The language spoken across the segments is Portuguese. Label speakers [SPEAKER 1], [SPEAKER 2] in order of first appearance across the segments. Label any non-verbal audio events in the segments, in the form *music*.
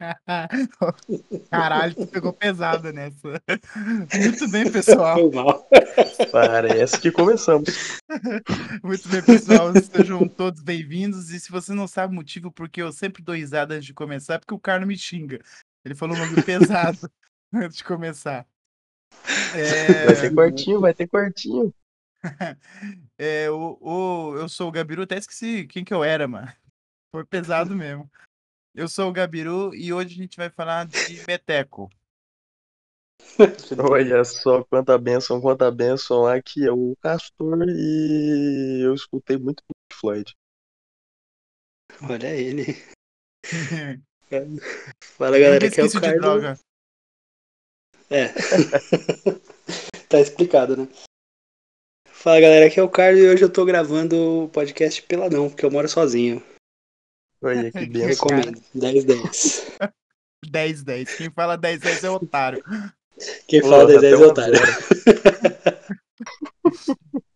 [SPEAKER 1] *laughs* Caralho, tu pegou pesado nessa. Muito bem, pessoal.
[SPEAKER 2] Foi mal.
[SPEAKER 3] *laughs* Parece que começamos.
[SPEAKER 1] Muito bem, pessoal. Sejam todos bem-vindos. E se você não sabe o motivo, porque eu sempre dou risada antes de começar, é porque o Carlos me xinga. Ele falou um
[SPEAKER 2] *laughs*
[SPEAKER 1] nome pesado antes de começar. É,
[SPEAKER 3] Vai ter quartinho, vai ter quartinho.
[SPEAKER 1] é, o, o- eu sou o Gabiru, até esqueci quem que eu era, mano. Foi pesado mesmo. Eu sou o Gabiru e hoje a gente vai falar de Meteco.
[SPEAKER 3] Olha só quanta benção, quanta benção. Aqui é o Castor e eu escutei muito Pink Floyd.
[SPEAKER 2] Olha ele.
[SPEAKER 1] *laughs* Eu
[SPEAKER 2] Fala galera, aqui é o
[SPEAKER 1] esqueci de
[SPEAKER 2] Carlos.
[SPEAKER 1] droga.
[SPEAKER 2] É. tá explicado, né? Fala galera, aqui é o Carlos e hoje eu tô gravando o podcast peladão, porque eu moro sozinho.
[SPEAKER 1] *laughs*
[SPEAKER 3] Olha que benção.
[SPEAKER 2] Recomendo. *laughs* 10-10.
[SPEAKER 1] 10-10. Quem fala 10-10 é otário.
[SPEAKER 2] Quem fala
[SPEAKER 3] Porra,
[SPEAKER 2] 10-10 é
[SPEAKER 3] tá até uma
[SPEAKER 2] otário.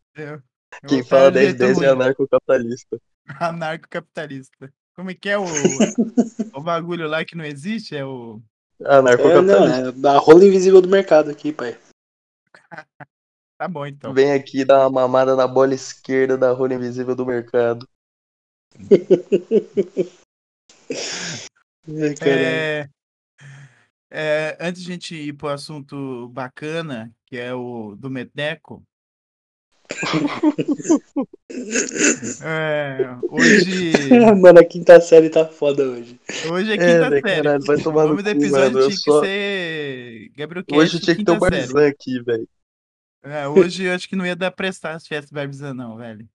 [SPEAKER 1] entendeu? É
[SPEAKER 3] Quem
[SPEAKER 1] otário
[SPEAKER 3] fala
[SPEAKER 1] do
[SPEAKER 3] 10
[SPEAKER 1] jeito
[SPEAKER 3] 10 é
[SPEAKER 1] ruim.
[SPEAKER 3] anarcocapitalista.
[SPEAKER 1] *laughs* Anarcocapitalista. Como é que é o,
[SPEAKER 3] *laughs*
[SPEAKER 1] o bagulho lá que não existe? É o.
[SPEAKER 2] É, não,
[SPEAKER 3] Anarcocapitalista.
[SPEAKER 2] é a rola invisível do mercado aqui, pai.
[SPEAKER 1] Tá bom, então.
[SPEAKER 3] Vem aqui dar uma mamada na bola esquerda da rola invisível do mercado.
[SPEAKER 2] Ai, caralho.
[SPEAKER 1] É, é, antes de a gente ir pro assunto bacana, que é o do
[SPEAKER 3] *laughs*
[SPEAKER 1] Meteco. é, hoje,
[SPEAKER 2] Ah, *laughs* Mano, a quinta série tá foda hoje.
[SPEAKER 1] hoje é
[SPEAKER 3] É,
[SPEAKER 1] quinta
[SPEAKER 3] né,
[SPEAKER 1] série.
[SPEAKER 3] caralho, vai
[SPEAKER 1] O
[SPEAKER 3] tomar no
[SPEAKER 1] nome do
[SPEAKER 3] cu,
[SPEAKER 1] episódio
[SPEAKER 3] mano. Eu
[SPEAKER 1] tinha que
[SPEAKER 3] só...
[SPEAKER 1] ser Gabriel
[SPEAKER 3] Hoje
[SPEAKER 1] Cast,
[SPEAKER 3] tinha que ter o
[SPEAKER 1] quinta série.
[SPEAKER 3] Barzan aqui, velho.
[SPEAKER 1] É, hoje eu acho que não ia dar prestar se tivesse Barbizan, não, velho.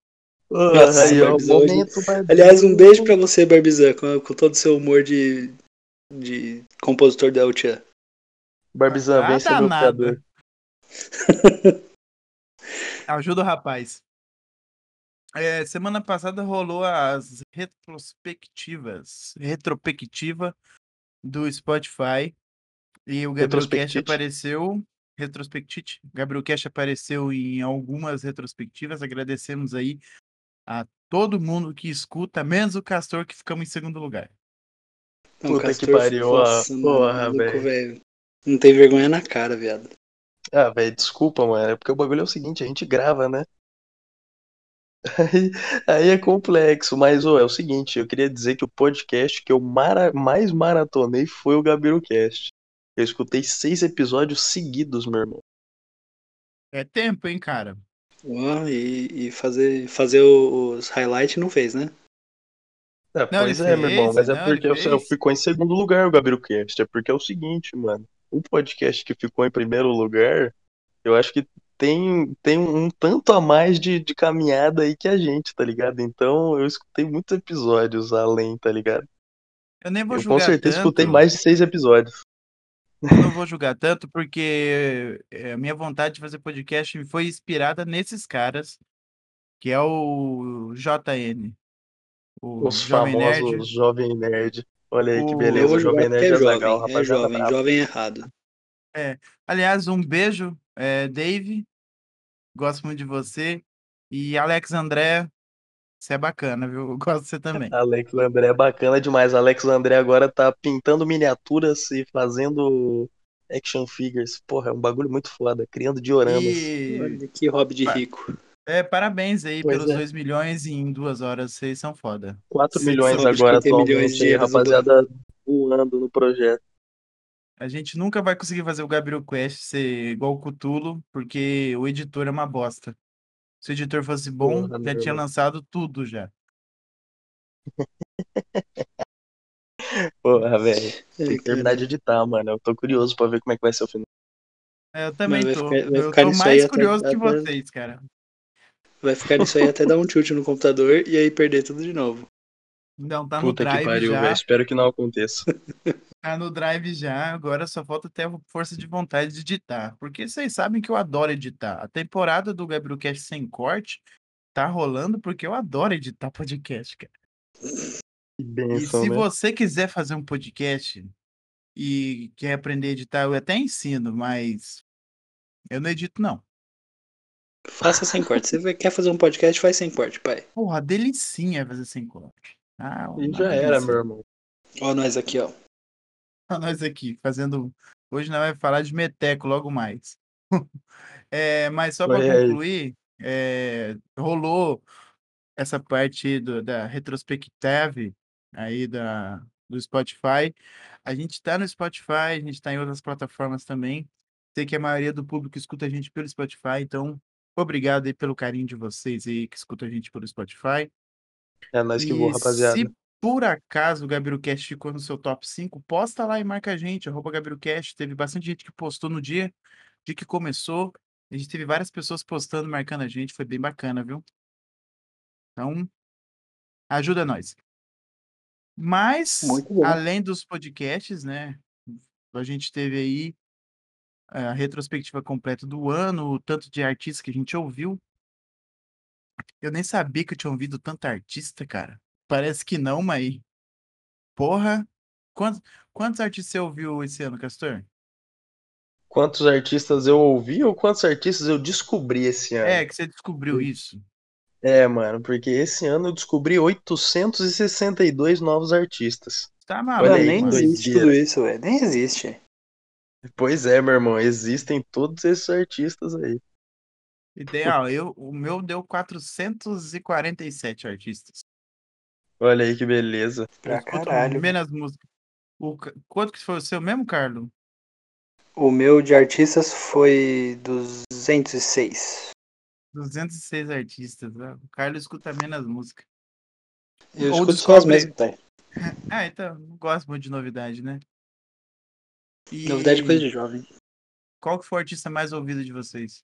[SPEAKER 2] Nossa,
[SPEAKER 3] Aí, ó,
[SPEAKER 2] Barzan hoje-
[SPEAKER 3] momento Barzan.
[SPEAKER 2] Aliás, um beijo pra você, Barbizan, com, com todo o seu humor de, de compositor da Elchan.
[SPEAKER 3] Barbizan,
[SPEAKER 1] Ah,
[SPEAKER 3] vem ser meu
[SPEAKER 1] danado.
[SPEAKER 3] criador.
[SPEAKER 1] Ajuda o rapaz. É, semana passada rolou as retrospectivas, retrospectiva do Spotify e o Gabriel Cash
[SPEAKER 3] Retrospectite.
[SPEAKER 1] apareceu, retrospectite, Gabriel Cash apareceu em algumas retrospectivas, agradecemos aí a todo mundo que escuta, menos o Castor que ficamos em segundo lugar.
[SPEAKER 2] Não,
[SPEAKER 3] Puta
[SPEAKER 2] Castor,
[SPEAKER 3] que pariu, ó.
[SPEAKER 2] nossa, mano,
[SPEAKER 3] Porra,
[SPEAKER 2] maluco,
[SPEAKER 3] velho.
[SPEAKER 2] velho. Não tem vergonha na cara, viado.
[SPEAKER 3] Ah, velho, desculpa, mano. É porque o bagulho é o seguinte, a gente grava, né? Aí, aí é complexo, mas ô, é o seguinte, eu queria dizer que o podcast que eu mara- mais maratonei foi o GabiroCast. Eu escutei seis episódios seguidos, meu irmão.
[SPEAKER 1] É tempo, hein, cara?
[SPEAKER 2] Ó, e, e fazer, fazer o- os highlights não fez, né?
[SPEAKER 3] Ah,
[SPEAKER 1] Não,
[SPEAKER 3] pois
[SPEAKER 1] ele
[SPEAKER 3] é, meu irmão,
[SPEAKER 1] fez,
[SPEAKER 3] mas é
[SPEAKER 1] não, ele
[SPEAKER 3] porque eu, eu
[SPEAKER 1] fez.
[SPEAKER 3] ficou em segundo lugar o GabiroCast. É porque é o seguinte, mano. O podcast que ficou em primeiro lugar, eu acho que tem, tem um tanto a mais de, de caminhada aí que a gente, tá ligado? Então eu escutei muitos episódios além, tá ligado?
[SPEAKER 1] Eu nem vou
[SPEAKER 3] Eu
[SPEAKER 1] julgar
[SPEAKER 3] com certeza
[SPEAKER 1] tanto.
[SPEAKER 3] escutei mais de seis episódios.
[SPEAKER 1] Eu não vou julgar tanto, porque eh, a minha vontade de fazer podcast foi inspirada nesses caras, que é o JN, o
[SPEAKER 3] Os
[SPEAKER 1] Jovem
[SPEAKER 3] famosos
[SPEAKER 1] Nerd.
[SPEAKER 3] Jovem Nerd. Olha aí que
[SPEAKER 1] O-
[SPEAKER 2] Eu
[SPEAKER 3] beleza,
[SPEAKER 2] vou
[SPEAKER 3] Jovem
[SPEAKER 2] jogar porque
[SPEAKER 3] Nerd
[SPEAKER 2] é jovem,
[SPEAKER 3] Azaghal,
[SPEAKER 2] é
[SPEAKER 3] rapaziada
[SPEAKER 2] jovem,
[SPEAKER 3] brava.
[SPEAKER 2] jovem errado.
[SPEAKER 1] Aliás, um beijo, eh, Dave, gosto muito de você. E Alex André, você é bacana, viu? Eu gosto de você também.
[SPEAKER 3] Alex André é bacana demais. Alex André agora tá pintando miniaturas e fazendo action figures. Porra, é um bagulho muito foda, criando dioramas.
[SPEAKER 1] E
[SPEAKER 2] Olha que hobby de
[SPEAKER 1] Vai.
[SPEAKER 2] rico.
[SPEAKER 1] eh, parabéns aí
[SPEAKER 3] Pois
[SPEAKER 1] pelos
[SPEAKER 3] é.
[SPEAKER 1] 2 milhões em duas horas, vocês são foda.
[SPEAKER 3] 4
[SPEAKER 2] Sim,
[SPEAKER 3] milhões
[SPEAKER 2] são
[SPEAKER 3] agora
[SPEAKER 2] 50 milhões
[SPEAKER 3] atualmente,
[SPEAKER 2] de
[SPEAKER 3] aí,
[SPEAKER 2] euros do
[SPEAKER 3] rapaziada voando no projeto.
[SPEAKER 1] A gente nunca vai conseguir fazer o Gabriel Quest ser igual o Cutulo, porque o editor é uma bosta. Se o editor fosse bom,
[SPEAKER 3] Porra,
[SPEAKER 1] já
[SPEAKER 3] meu
[SPEAKER 1] tinha
[SPEAKER 3] irmão.
[SPEAKER 1] lançado tudo já.
[SPEAKER 3] Porra, velho. Tem
[SPEAKER 2] Ai,
[SPEAKER 3] que terminar
[SPEAKER 2] cara.
[SPEAKER 3] de editar, mano. Eu tô curioso pra ver como é que vai ser o final.
[SPEAKER 1] É, Eu também
[SPEAKER 2] vai
[SPEAKER 1] tô.
[SPEAKER 2] ficar- vai
[SPEAKER 1] eu
[SPEAKER 2] ficar
[SPEAKER 1] tô
[SPEAKER 2] nisso aí
[SPEAKER 1] mais
[SPEAKER 2] até-
[SPEAKER 1] curioso que
[SPEAKER 2] até-
[SPEAKER 1] vocês, cara.
[SPEAKER 2] Vai ficar nisso aí até dar um tilt no computador e aí perder tudo de novo.
[SPEAKER 1] Não, tá no
[SPEAKER 3] Puta que
[SPEAKER 1] drive
[SPEAKER 3] pariu,
[SPEAKER 1] já.
[SPEAKER 3] velho. Espero que não aconteça. *laughs*
[SPEAKER 1] Tá no drive já. Agora só falta ter a força de vontade de editar. Porque vocês sabem que eu adoro editar. A temporada do Gabriel Cast sem corte tá rolando porque eu adoro editar podcast, cara.
[SPEAKER 3] Que
[SPEAKER 1] E
[SPEAKER 3] bênção,
[SPEAKER 1] se
[SPEAKER 3] né?
[SPEAKER 1] você quiser fazer um podcast e quer aprender a editar, eu até ensino, mas eu não edito, não.
[SPEAKER 2] Faça sem corte. Você vai- quer fazer um podcast, faz sem corte, pai.
[SPEAKER 1] Porra, delicinha fazer sem corte. Ah,
[SPEAKER 3] E
[SPEAKER 1] uma
[SPEAKER 3] já era,
[SPEAKER 1] delícia.
[SPEAKER 3] meu irmão.
[SPEAKER 2] Ó, nós aqui, ó.
[SPEAKER 1] Pra nós aqui, fazendo. Hoje nós vamos falar de Meteco logo mais. *laughs* É, mas só para
[SPEAKER 3] Olha aí.
[SPEAKER 1] concluir, é, rolou essa parte do- da retrospective aí da, do Spotify. A gente está no Spotify, a gente está em outras plataformas também. Sei que a maioria do público escuta a gente pelo Spotify, então obrigado aí pelo carinho de vocês aí que escuta a gente pelo Spotify.
[SPEAKER 3] É nós que
[SPEAKER 1] E
[SPEAKER 3] vou, rapaziada.
[SPEAKER 1] Se por acaso o GabiroCast ficou no seu top 5, posta lá e marca a gente, arroba GabiroCast. Teve bastante gente que postou no dia de que começou. A gente teve várias pessoas postando, marcando a gente, foi bem bacana, viu? Então, ajuda nós. Mas,
[SPEAKER 2] Muito bom.
[SPEAKER 1] além dos podcasts, né? A gente teve aí eh, a retrospectiva completa do ano, o tanto de artistas que a gente ouviu. Eu nem sabia que eu tinha ouvido tanta artista, cara. Parece que não, mas. Porra! Quantos, quantos artistas você ouviu esse ano, Castor?
[SPEAKER 3] Quantos artistas eu ouvi ou quantos artistas eu descobri esse ano?
[SPEAKER 1] É, que você descobriu isso.
[SPEAKER 3] É, mano, porque esse ano eu descobri 862 novos artistas.
[SPEAKER 1] Tá
[SPEAKER 3] Olha
[SPEAKER 1] maluco,
[SPEAKER 3] aí,
[SPEAKER 2] nem
[SPEAKER 1] mano.
[SPEAKER 3] dois.
[SPEAKER 2] existe
[SPEAKER 3] doideira.
[SPEAKER 2] tudo isso, velho. Nem existe.
[SPEAKER 3] Pois é, meu irmão, existem todos esses artistas aí.
[SPEAKER 1] Ideal, eu, o meu deu 447 artistas.
[SPEAKER 3] Olha aí que beleza.
[SPEAKER 1] Eu
[SPEAKER 2] Pra
[SPEAKER 1] escuto
[SPEAKER 2] caralho.
[SPEAKER 1] menos músicas. O, ca- quanto que foi o seu mesmo, Carlos?
[SPEAKER 2] O meu de artistas foi 206.
[SPEAKER 1] 206 artistas. né? O Carlos escuta menos música.
[SPEAKER 2] Eu
[SPEAKER 1] Ou
[SPEAKER 2] escuto só as
[SPEAKER 1] descobre-
[SPEAKER 2] mesmas,
[SPEAKER 3] tá?
[SPEAKER 2] velho.
[SPEAKER 1] Ah, então, não gosto muito de novidade, né? E
[SPEAKER 2] Novidade é coisa de jovem.
[SPEAKER 1] qual que foi o artista mais ouvido de vocês?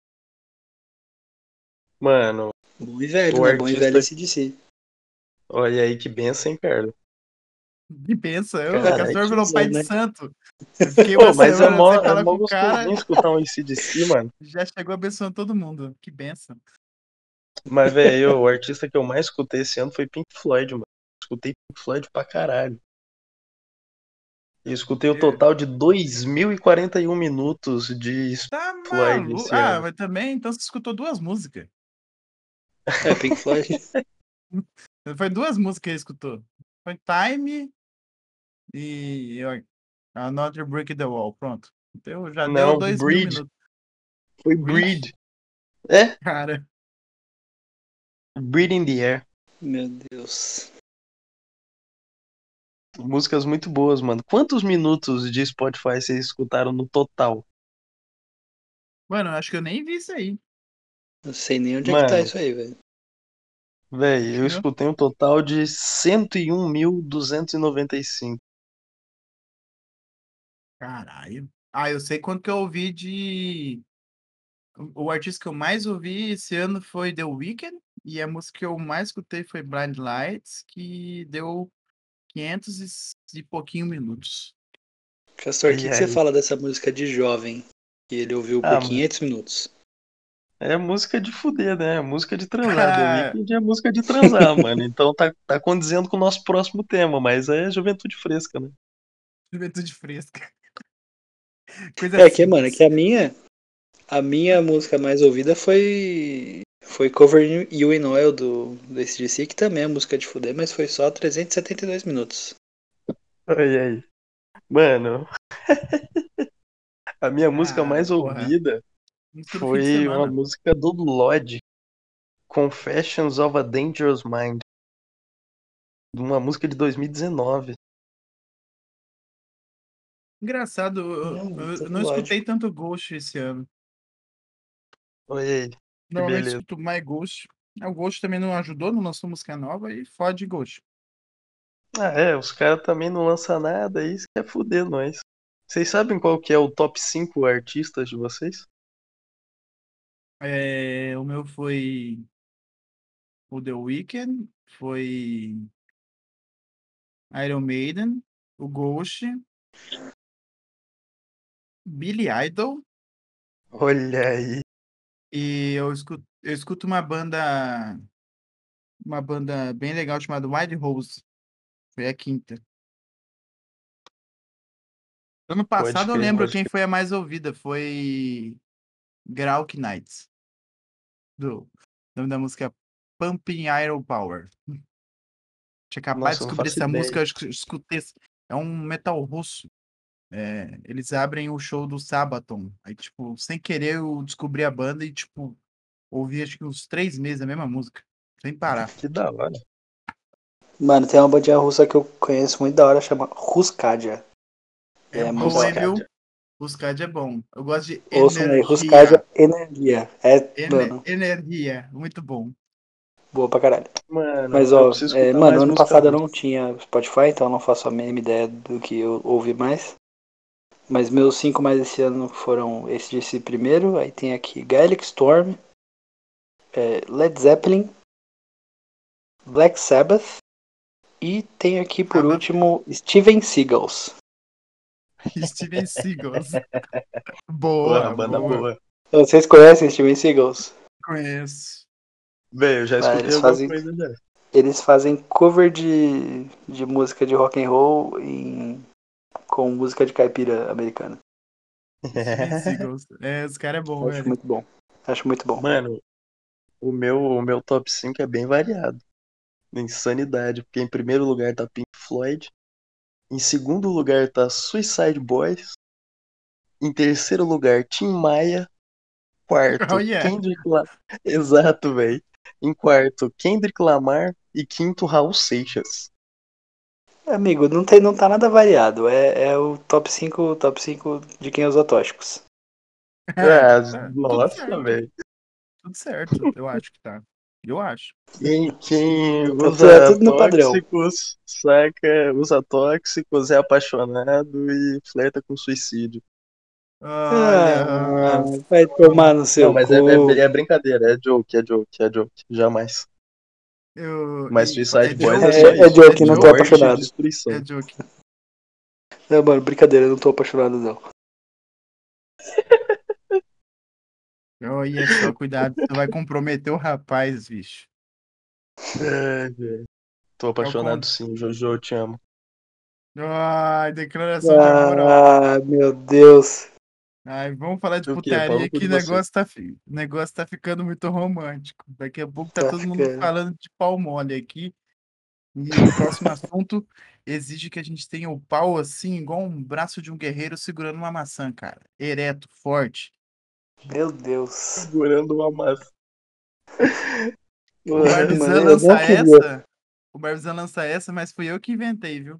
[SPEAKER 1] *laughs*
[SPEAKER 3] Mano,
[SPEAKER 2] Bom e velho,
[SPEAKER 3] O
[SPEAKER 2] né? Bom e
[SPEAKER 3] artista-
[SPEAKER 2] velho é CDC.
[SPEAKER 3] olha aí que benção, hein, Carlos?
[SPEAKER 1] Me pensa, eu, o
[SPEAKER 2] Cara,
[SPEAKER 1] Castor virou
[SPEAKER 2] que
[SPEAKER 1] pai
[SPEAKER 2] né?
[SPEAKER 1] de santo.
[SPEAKER 2] *laughs*
[SPEAKER 1] Eu fiquei
[SPEAKER 3] Pô,
[SPEAKER 1] uma
[SPEAKER 3] mas é
[SPEAKER 1] semana
[SPEAKER 3] mó,
[SPEAKER 1] sem falar
[SPEAKER 3] é mó
[SPEAKER 1] com o cara, né?
[SPEAKER 2] né?
[SPEAKER 3] gostosinho escutar um AC/DC, mano.
[SPEAKER 1] já chegou abençoando todo mundo. Que benção.
[SPEAKER 3] Mas, velho, o artista que eu mais escutei esse ano foi Pink Floyd, mano. Escutei Pink Floyd pra caralho. E escutei o total de 2.041 minutos de.
[SPEAKER 1] Tá
[SPEAKER 3] Floyd
[SPEAKER 1] maluco.
[SPEAKER 3] esse
[SPEAKER 1] Ah,
[SPEAKER 3] ano.
[SPEAKER 1] mas também, então você escutou duas músicas.
[SPEAKER 2] É Pink Floyd.
[SPEAKER 1] Foi duas músicas que ele escutou. Foi Time e ó, Another Brick in the Wall. Pronto. Deu, já deu
[SPEAKER 3] Não,
[SPEAKER 1] dois mil
[SPEAKER 3] Breed.
[SPEAKER 1] minutos.
[SPEAKER 3] Foi Breed. É?
[SPEAKER 1] Cara,
[SPEAKER 3] Breed in the Air.
[SPEAKER 2] *laughs* Meu Deus.
[SPEAKER 3] Músicas muito boas, mano. Quantos minutos de Spotify vocês escutaram no total?
[SPEAKER 1] mano, eu acho que eu nem vi isso aí.
[SPEAKER 2] Não sei nem onde é
[SPEAKER 3] Mano.
[SPEAKER 2] que tá isso aí, velho.
[SPEAKER 3] Véi, eu
[SPEAKER 1] Entendeu?
[SPEAKER 3] escutei um total de 101.295.
[SPEAKER 1] Caralho. Ah, eu sei quanto que eu ouvi de. O o artista que eu mais ouvi esse ano foi The Weeknd. E a música que eu mais escutei foi Blind Lights, que deu 500 e e pouquinho minutos. *laughs*
[SPEAKER 2] Castor, o que,
[SPEAKER 3] E
[SPEAKER 2] que você
[SPEAKER 3] aí?
[SPEAKER 2] fala dessa música de jovem que ele ouviu
[SPEAKER 3] É. Ah,
[SPEAKER 2] por 500 minutos?
[SPEAKER 3] É música de fuder, né? É música de transar.
[SPEAKER 1] Ah.
[SPEAKER 3] The Weeknd é música de transar, *laughs* mano. Então tá, tá condizendo com o nosso próximo tema, mas é juventude fresca, né?
[SPEAKER 1] Juventude fresca. Coisa
[SPEAKER 2] É que, mano, é
[SPEAKER 1] simples.
[SPEAKER 2] que a minha, a minha música mais ouvida foi foi Cover You in Oil do, do AC/DC, que também é música de fuder, mas foi só 372 minutos.
[SPEAKER 3] Ai, ai. Mano, *laughs* a minha música
[SPEAKER 1] Ah,
[SPEAKER 3] mais
[SPEAKER 1] porra.
[SPEAKER 3] ouvida
[SPEAKER 1] Música do fim de
[SPEAKER 3] foi uma
[SPEAKER 1] semana. né?
[SPEAKER 3] música do Lorde, Confessions of a Dangerous Mind. Uma música de 2019.
[SPEAKER 1] Engraçado, eu,
[SPEAKER 2] Não,
[SPEAKER 1] eu- eu
[SPEAKER 2] tudo
[SPEAKER 1] não
[SPEAKER 2] ótimo.
[SPEAKER 1] escutei tanto Ghost esse ano.
[SPEAKER 3] Olha aí.
[SPEAKER 1] Normalmente
[SPEAKER 3] beleza.
[SPEAKER 1] escuto mais Ghost. Ah, O Ghost também não ajudou, não lançou música nova e fode Ghost.
[SPEAKER 3] Ah, é, os caras também não lançam nada, é isso quer fuder nós. Vocês sabem qual que é o top 5 artistas de vocês?
[SPEAKER 1] É, o meu foi o The Weeknd, foi Iron Maiden, o Ghost, Billy Idol
[SPEAKER 3] Olha aí.
[SPEAKER 1] e eu escuto, eu escuto uma banda uma banda bem legal chamada Wild Rose. Foi a quinta. Ano passado eu
[SPEAKER 3] crer,
[SPEAKER 1] lembro
[SPEAKER 3] pode
[SPEAKER 1] quem foi a mais ouvida, foi Grauk Knights. Do o nome da música é Pumping Iron Power. Tinha capaz
[SPEAKER 3] Nossa, eu
[SPEAKER 1] de
[SPEAKER 3] não
[SPEAKER 1] descobrir
[SPEAKER 3] faço
[SPEAKER 1] essa
[SPEAKER 3] ideia.
[SPEAKER 1] música, eu acho que eu escutei. esse- É um metal russo. É, eles abrem o show do Sabaton. Aí, tipo, sem querer, eu descobri a banda e, tipo, ouvi acho que uns três meses a mesma música. Sem
[SPEAKER 2] É
[SPEAKER 1] parar.
[SPEAKER 3] Que da hora.
[SPEAKER 2] Mano, tem uma bandinha russa que eu conheço muito da hora, chama Ruskadia. É,
[SPEAKER 1] É
[SPEAKER 2] muito
[SPEAKER 1] bom,
[SPEAKER 2] da
[SPEAKER 1] hein,
[SPEAKER 2] hora.
[SPEAKER 1] viu? Ruskad é bom. Eu gosto de
[SPEAKER 2] Ouçam aí,
[SPEAKER 1] energia.
[SPEAKER 2] Ruskadia Energia. É,
[SPEAKER 1] Ener-
[SPEAKER 2] mano,
[SPEAKER 1] energia. Muito bom. *laughs*
[SPEAKER 2] boa pra caralho.
[SPEAKER 3] Mano,
[SPEAKER 2] Mas,
[SPEAKER 3] eu
[SPEAKER 2] ó,
[SPEAKER 3] preciso
[SPEAKER 2] é,
[SPEAKER 3] escutar
[SPEAKER 2] mano,
[SPEAKER 3] mais
[SPEAKER 2] ano
[SPEAKER 3] música
[SPEAKER 2] passado eu
[SPEAKER 3] russa.
[SPEAKER 2] não tinha Spotify, então eu não faço a mínima ideia do que eu ouvi mais. Mas meus cinco mais esse ano foram esse desse primeiro, aí tem aqui Gaelic Storm, é, Led Zeppelin, Black Sabbath e tem aqui por
[SPEAKER 1] Sabbath.
[SPEAKER 2] último Steven Seagals.
[SPEAKER 1] Steven Seagal.
[SPEAKER 2] *laughs*
[SPEAKER 3] Porra,
[SPEAKER 1] boa,
[SPEAKER 3] banda
[SPEAKER 1] boa.
[SPEAKER 3] boa.
[SPEAKER 2] Vocês conhecem Steven Seagals?
[SPEAKER 1] Conheço.
[SPEAKER 3] Velho, eu já
[SPEAKER 2] Mano,
[SPEAKER 3] escutei
[SPEAKER 2] eles
[SPEAKER 3] alguma
[SPEAKER 2] fazem-
[SPEAKER 3] coisa já.
[SPEAKER 2] Eles fazem cover de, de música de rock and roll em- com música de caipira americana.
[SPEAKER 3] *laughs*
[SPEAKER 1] Steven Seagal. É, esse cara é bom,
[SPEAKER 2] Acho
[SPEAKER 1] *laughs* velho.
[SPEAKER 2] muito bom. Acho muito bom.
[SPEAKER 3] Mano, o meu, o meu top 5 é bem variado. Insanidade, porque em primeiro lugar tá Pink Floyd, em segundo lugar tá Suicide Boys, em terceiro lugar Tim Maia, quarto
[SPEAKER 1] Oh, yeah.
[SPEAKER 3] Kendrick Lamar. *laughs* Exato, velho. Em quarto Kendrick Lamar e quinto
[SPEAKER 1] *laughs*
[SPEAKER 3] Raul Seixas.
[SPEAKER 2] Amigo, não, tem, não tá nada variado. É, é o top 5, top 5 de quem usa tóxicos.
[SPEAKER 3] Ah,
[SPEAKER 1] tá.
[SPEAKER 3] nossa,
[SPEAKER 1] certo.
[SPEAKER 3] velho.
[SPEAKER 1] Tudo certo, eu acho que tá. Eu
[SPEAKER 3] *laughs*
[SPEAKER 1] acho.
[SPEAKER 3] Quem, quem
[SPEAKER 2] Tá
[SPEAKER 3] usa
[SPEAKER 2] tudo no padrão.
[SPEAKER 3] tóxicos, saca, usa tóxicos, é apaixonado e flerta com suicídio.
[SPEAKER 1] Olha,
[SPEAKER 2] Ah, vai tomar no seu
[SPEAKER 3] Não, mas é,
[SPEAKER 2] cu.
[SPEAKER 3] é- é brincadeira, é joke, é joke, é joke, jamais.
[SPEAKER 1] eu.
[SPEAKER 3] Mas
[SPEAKER 1] e-
[SPEAKER 3] Suicide Boys
[SPEAKER 1] joke,
[SPEAKER 3] é
[SPEAKER 2] é-
[SPEAKER 3] só
[SPEAKER 2] é
[SPEAKER 3] isso.
[SPEAKER 2] joke, não tô
[SPEAKER 3] morte e
[SPEAKER 2] apaixonado.
[SPEAKER 3] destruição.
[SPEAKER 1] É joke.
[SPEAKER 2] Não, mano, brincadeira, eu não tô apaixonado, não.
[SPEAKER 1] Olha só, cuidado, você vai comprometer o rapaz, bicho.
[SPEAKER 3] Ai, velho. Tô apaixonado
[SPEAKER 1] conto.
[SPEAKER 3] sim, Jojo, eu te amo.
[SPEAKER 1] Ai, declaração de amor. ó.
[SPEAKER 2] Ah, meu Deus.
[SPEAKER 1] Ai, vamos falar de
[SPEAKER 3] Do quê? Fala um
[SPEAKER 1] putaria
[SPEAKER 3] pouco
[SPEAKER 1] que
[SPEAKER 3] de
[SPEAKER 1] o
[SPEAKER 3] você.
[SPEAKER 1] negócio tá, fi- o negócio tá ficando muito romântico. Daqui a pouco tá
[SPEAKER 2] Tá
[SPEAKER 1] todo mundo
[SPEAKER 2] ficando.
[SPEAKER 1] falando de pau mole aqui. E o próximo assunto exige que a gente tenha o pau assim, igual um braço de um guerreiro segurando uma maçã, cara. Ereto,
[SPEAKER 3] *laughs*
[SPEAKER 1] forte.
[SPEAKER 2] Meu Deus.
[SPEAKER 3] Segurando uma massa.
[SPEAKER 1] O
[SPEAKER 2] Mano,
[SPEAKER 1] Barbizan
[SPEAKER 2] eu não
[SPEAKER 1] lança
[SPEAKER 2] queria.
[SPEAKER 1] essa. O Barbizan lança essa, mas fui eu que inventei, viu?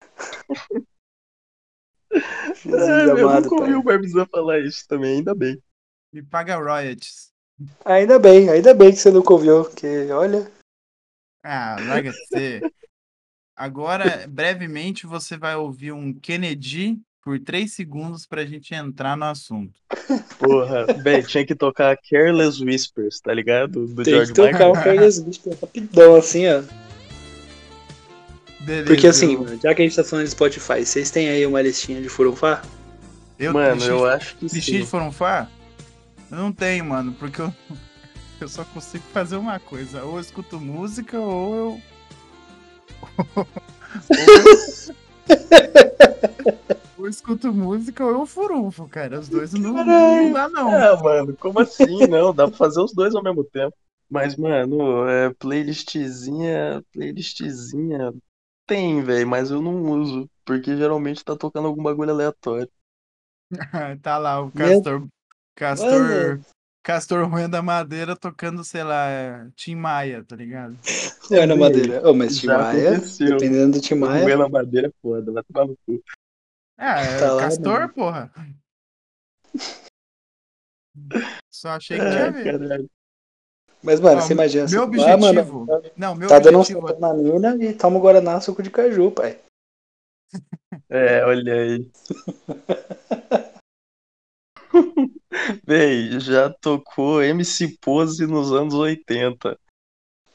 [SPEAKER 3] Ai,
[SPEAKER 2] Jesus
[SPEAKER 3] Ah, É, eu
[SPEAKER 2] amado,
[SPEAKER 3] nunca ouvi
[SPEAKER 2] pai.
[SPEAKER 3] o Barbizan falar isso também, ainda bem.
[SPEAKER 1] Me paga royalties.
[SPEAKER 2] Ainda bem, ainda bem que você nunca ouviu, porque olha.
[SPEAKER 1] Ah, larga de ser. Agora, brevemente, você vai ouvir um Kennedy por três segundos pra gente entrar no assunto.
[SPEAKER 3] Porra, *laughs* velho, tinha que tocar Careless Whispers, tá ligado? Do
[SPEAKER 2] Tem que
[SPEAKER 3] George
[SPEAKER 2] tocar
[SPEAKER 3] Michael.
[SPEAKER 2] o Carlos Whisper rapidão, assim, ó.
[SPEAKER 1] Beleza.
[SPEAKER 2] Porque assim,
[SPEAKER 1] eu-
[SPEAKER 2] mano, já que a gente tá falando de Spotify, vocês têm aí uma listinha de furunfá?
[SPEAKER 1] eu,
[SPEAKER 3] Mano,
[SPEAKER 1] triste-
[SPEAKER 3] eu acho assim. que
[SPEAKER 1] Triste de
[SPEAKER 3] sim.
[SPEAKER 1] Forunfá? Eu não tenho, mano, porque eu, *laughs* eu só consigo fazer uma coisa. Ou eu escuto música, ou eu.
[SPEAKER 3] *laughs*
[SPEAKER 1] ou eu escuto música, ou eu furunfo, cara. Os dois não, não
[SPEAKER 3] Caralho.
[SPEAKER 1] dá, não.
[SPEAKER 3] Ah, mano, como assim? Não, dá pra fazer os dois ao mesmo tempo. Mas, mano, é, playlistzinha, playlistzinha tem, velho, mas eu não uso, porque geralmente tá tocando algum bagulho aleatório.
[SPEAKER 1] *laughs* Tá lá o
[SPEAKER 2] Meu-
[SPEAKER 1] Castor. Castor. Castor roendo a madeira tocando, sei lá, é, Tim Maia, tá ligado?
[SPEAKER 2] Ué, na
[SPEAKER 3] Bem,
[SPEAKER 2] madeira. Ô, mas Tim
[SPEAKER 3] já
[SPEAKER 2] Maia,
[SPEAKER 3] aconteceu.
[SPEAKER 2] dependendo do Tim Maia,
[SPEAKER 3] Roendo a madeira é foda, vai tomar no cu.
[SPEAKER 2] *laughs*
[SPEAKER 1] Ah, é
[SPEAKER 2] Tá lá,
[SPEAKER 1] Castor,
[SPEAKER 2] mano.
[SPEAKER 1] porra. Só achei que tinha a
[SPEAKER 3] Ai,
[SPEAKER 1] ver.
[SPEAKER 3] caralho.
[SPEAKER 2] Mas, mano,
[SPEAKER 1] Ó,
[SPEAKER 2] você imagina.
[SPEAKER 1] Meu
[SPEAKER 2] você- Ah, mano,
[SPEAKER 1] objetivo. Não, meu
[SPEAKER 2] tá dando um
[SPEAKER 1] objetivo.
[SPEAKER 2] soco na mina e toma um Guaraná, suco de caju, pai.
[SPEAKER 3] É, olha aí. *laughs* Véi, já tocou MC Pose nos anos
[SPEAKER 1] é
[SPEAKER 3] 80.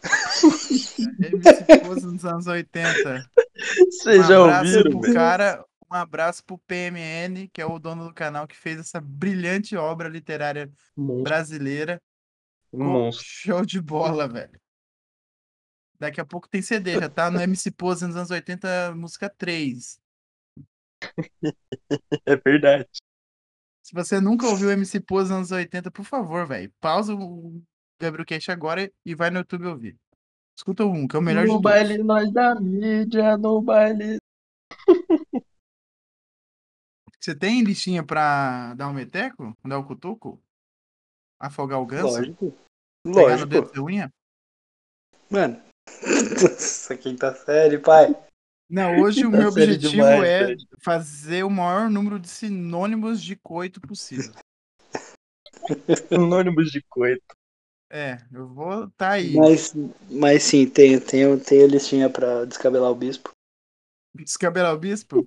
[SPEAKER 2] *laughs*
[SPEAKER 1] MC Pose nos anos 80.
[SPEAKER 3] *laughs* Vocês
[SPEAKER 1] um
[SPEAKER 3] já
[SPEAKER 1] abraço
[SPEAKER 3] ouviram,
[SPEAKER 1] pro
[SPEAKER 3] velho?
[SPEAKER 1] cara, um abraço pro PMN, que é o dono do canal que fez essa brilhante obra literária
[SPEAKER 3] Monstro,
[SPEAKER 1] brasileira. Pô,
[SPEAKER 3] monstro.
[SPEAKER 1] Show de bola, velho. Daqui a pouco tem CD, já tá no MC Pose nos anos 80, música 3.
[SPEAKER 3] É verdade.
[SPEAKER 1] Se você nunca ouviu MC Pose nos anos 80, por favor, velho, pausa o Gabriel Cash agora e vai no YouTube ouvir. Escuta um, que é o melhor de
[SPEAKER 3] no
[SPEAKER 1] todos.
[SPEAKER 3] baile nós da mídia, no baile.
[SPEAKER 1] Você tem listinha pra dar um meteco? Dar o cutuco? Afogar o ganso?
[SPEAKER 2] Lógico.
[SPEAKER 1] Pegar no
[SPEAKER 2] Lógico.
[SPEAKER 1] dedo da
[SPEAKER 3] *laughs*
[SPEAKER 1] unha?
[SPEAKER 2] Mano. *laughs* Isso é quinta série, pai.
[SPEAKER 1] Não, hoje o
[SPEAKER 3] Tá
[SPEAKER 1] meu
[SPEAKER 3] sério
[SPEAKER 1] objetivo
[SPEAKER 3] demais,
[SPEAKER 1] é
[SPEAKER 3] velho.
[SPEAKER 1] fazer o maior número de sinônimos de coito possível.
[SPEAKER 3] Sinônimos de coito.
[SPEAKER 1] É, eu vou tá aí.
[SPEAKER 2] Mas, mas sim, tem, tem, tem a listinha pra descabelar o bispo.
[SPEAKER 1] Descabelar é o bispo?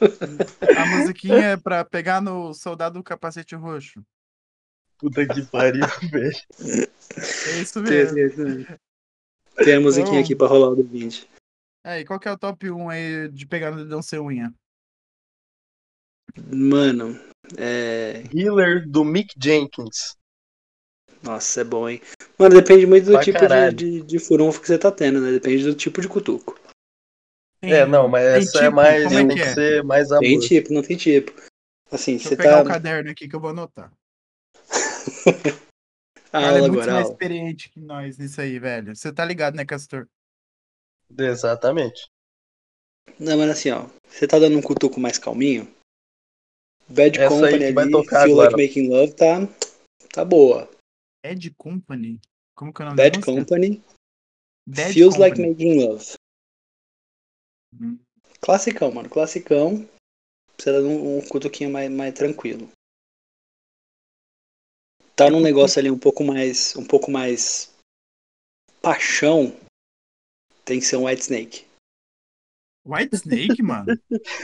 [SPEAKER 1] A musiquinha é pra pegar no soldado do capacete roxo.
[SPEAKER 3] Puta que pariu, *laughs* velho.
[SPEAKER 1] É isso
[SPEAKER 2] Tem,
[SPEAKER 1] mesmo.
[SPEAKER 2] tem, tem a musiquinha
[SPEAKER 1] Bom.
[SPEAKER 2] aqui pra rolar o do 20.
[SPEAKER 1] Aí, qual que é o top 1 aí de pegar no dedão sem unha?
[SPEAKER 2] Mano, é.
[SPEAKER 3] Healer do Mick Jenkins.
[SPEAKER 2] Nossa, é bom, hein? Mano, depende muito do
[SPEAKER 3] Pra
[SPEAKER 2] tipo de,
[SPEAKER 3] caralho.
[SPEAKER 2] de, de furunfo que você tá tendo, né? Depende do tipo de cutuco.
[SPEAKER 3] É, não, mas
[SPEAKER 1] tem
[SPEAKER 3] essa é
[SPEAKER 1] tipo?
[SPEAKER 3] mais.
[SPEAKER 1] Como é
[SPEAKER 3] tem
[SPEAKER 1] que
[SPEAKER 3] que
[SPEAKER 1] é?
[SPEAKER 3] ser mais amor.
[SPEAKER 2] Tem tipo, não tem tipo. Assim,
[SPEAKER 1] Deixa
[SPEAKER 2] você
[SPEAKER 1] eu pegar
[SPEAKER 2] tá.
[SPEAKER 1] o caderno aqui que eu vou anotar. O
[SPEAKER 2] A
[SPEAKER 1] cara é
[SPEAKER 2] aula
[SPEAKER 1] muito
[SPEAKER 2] agora, a
[SPEAKER 1] mais
[SPEAKER 2] aula.
[SPEAKER 1] experiente que nós nisso aí, velho. Você tá ligado, né, Castor?
[SPEAKER 3] Exatamente.
[SPEAKER 2] Não, mas assim, ó. Você tá dando um cutuco mais calminho. Bad
[SPEAKER 3] Essa aí
[SPEAKER 2] Company
[SPEAKER 3] que vai
[SPEAKER 2] ali,
[SPEAKER 3] tocar
[SPEAKER 2] Feel Like
[SPEAKER 3] agora.
[SPEAKER 2] Making Love, tá, tá boa.
[SPEAKER 1] Dead Company? Como que é o nome da
[SPEAKER 2] Bad
[SPEAKER 1] música?
[SPEAKER 2] Company,
[SPEAKER 1] Dead
[SPEAKER 2] Feels Like
[SPEAKER 1] Company.
[SPEAKER 2] Making Love.
[SPEAKER 1] Hum.
[SPEAKER 2] Classicão, mano, classicão. Precisa dar um, um cutuquinho mais, mais tranquilo. Tá num negócio ali um pouco mais, um pouco mais paixão. Tem que ser um White Snake.
[SPEAKER 1] White
[SPEAKER 2] *laughs*
[SPEAKER 1] Snake, mano.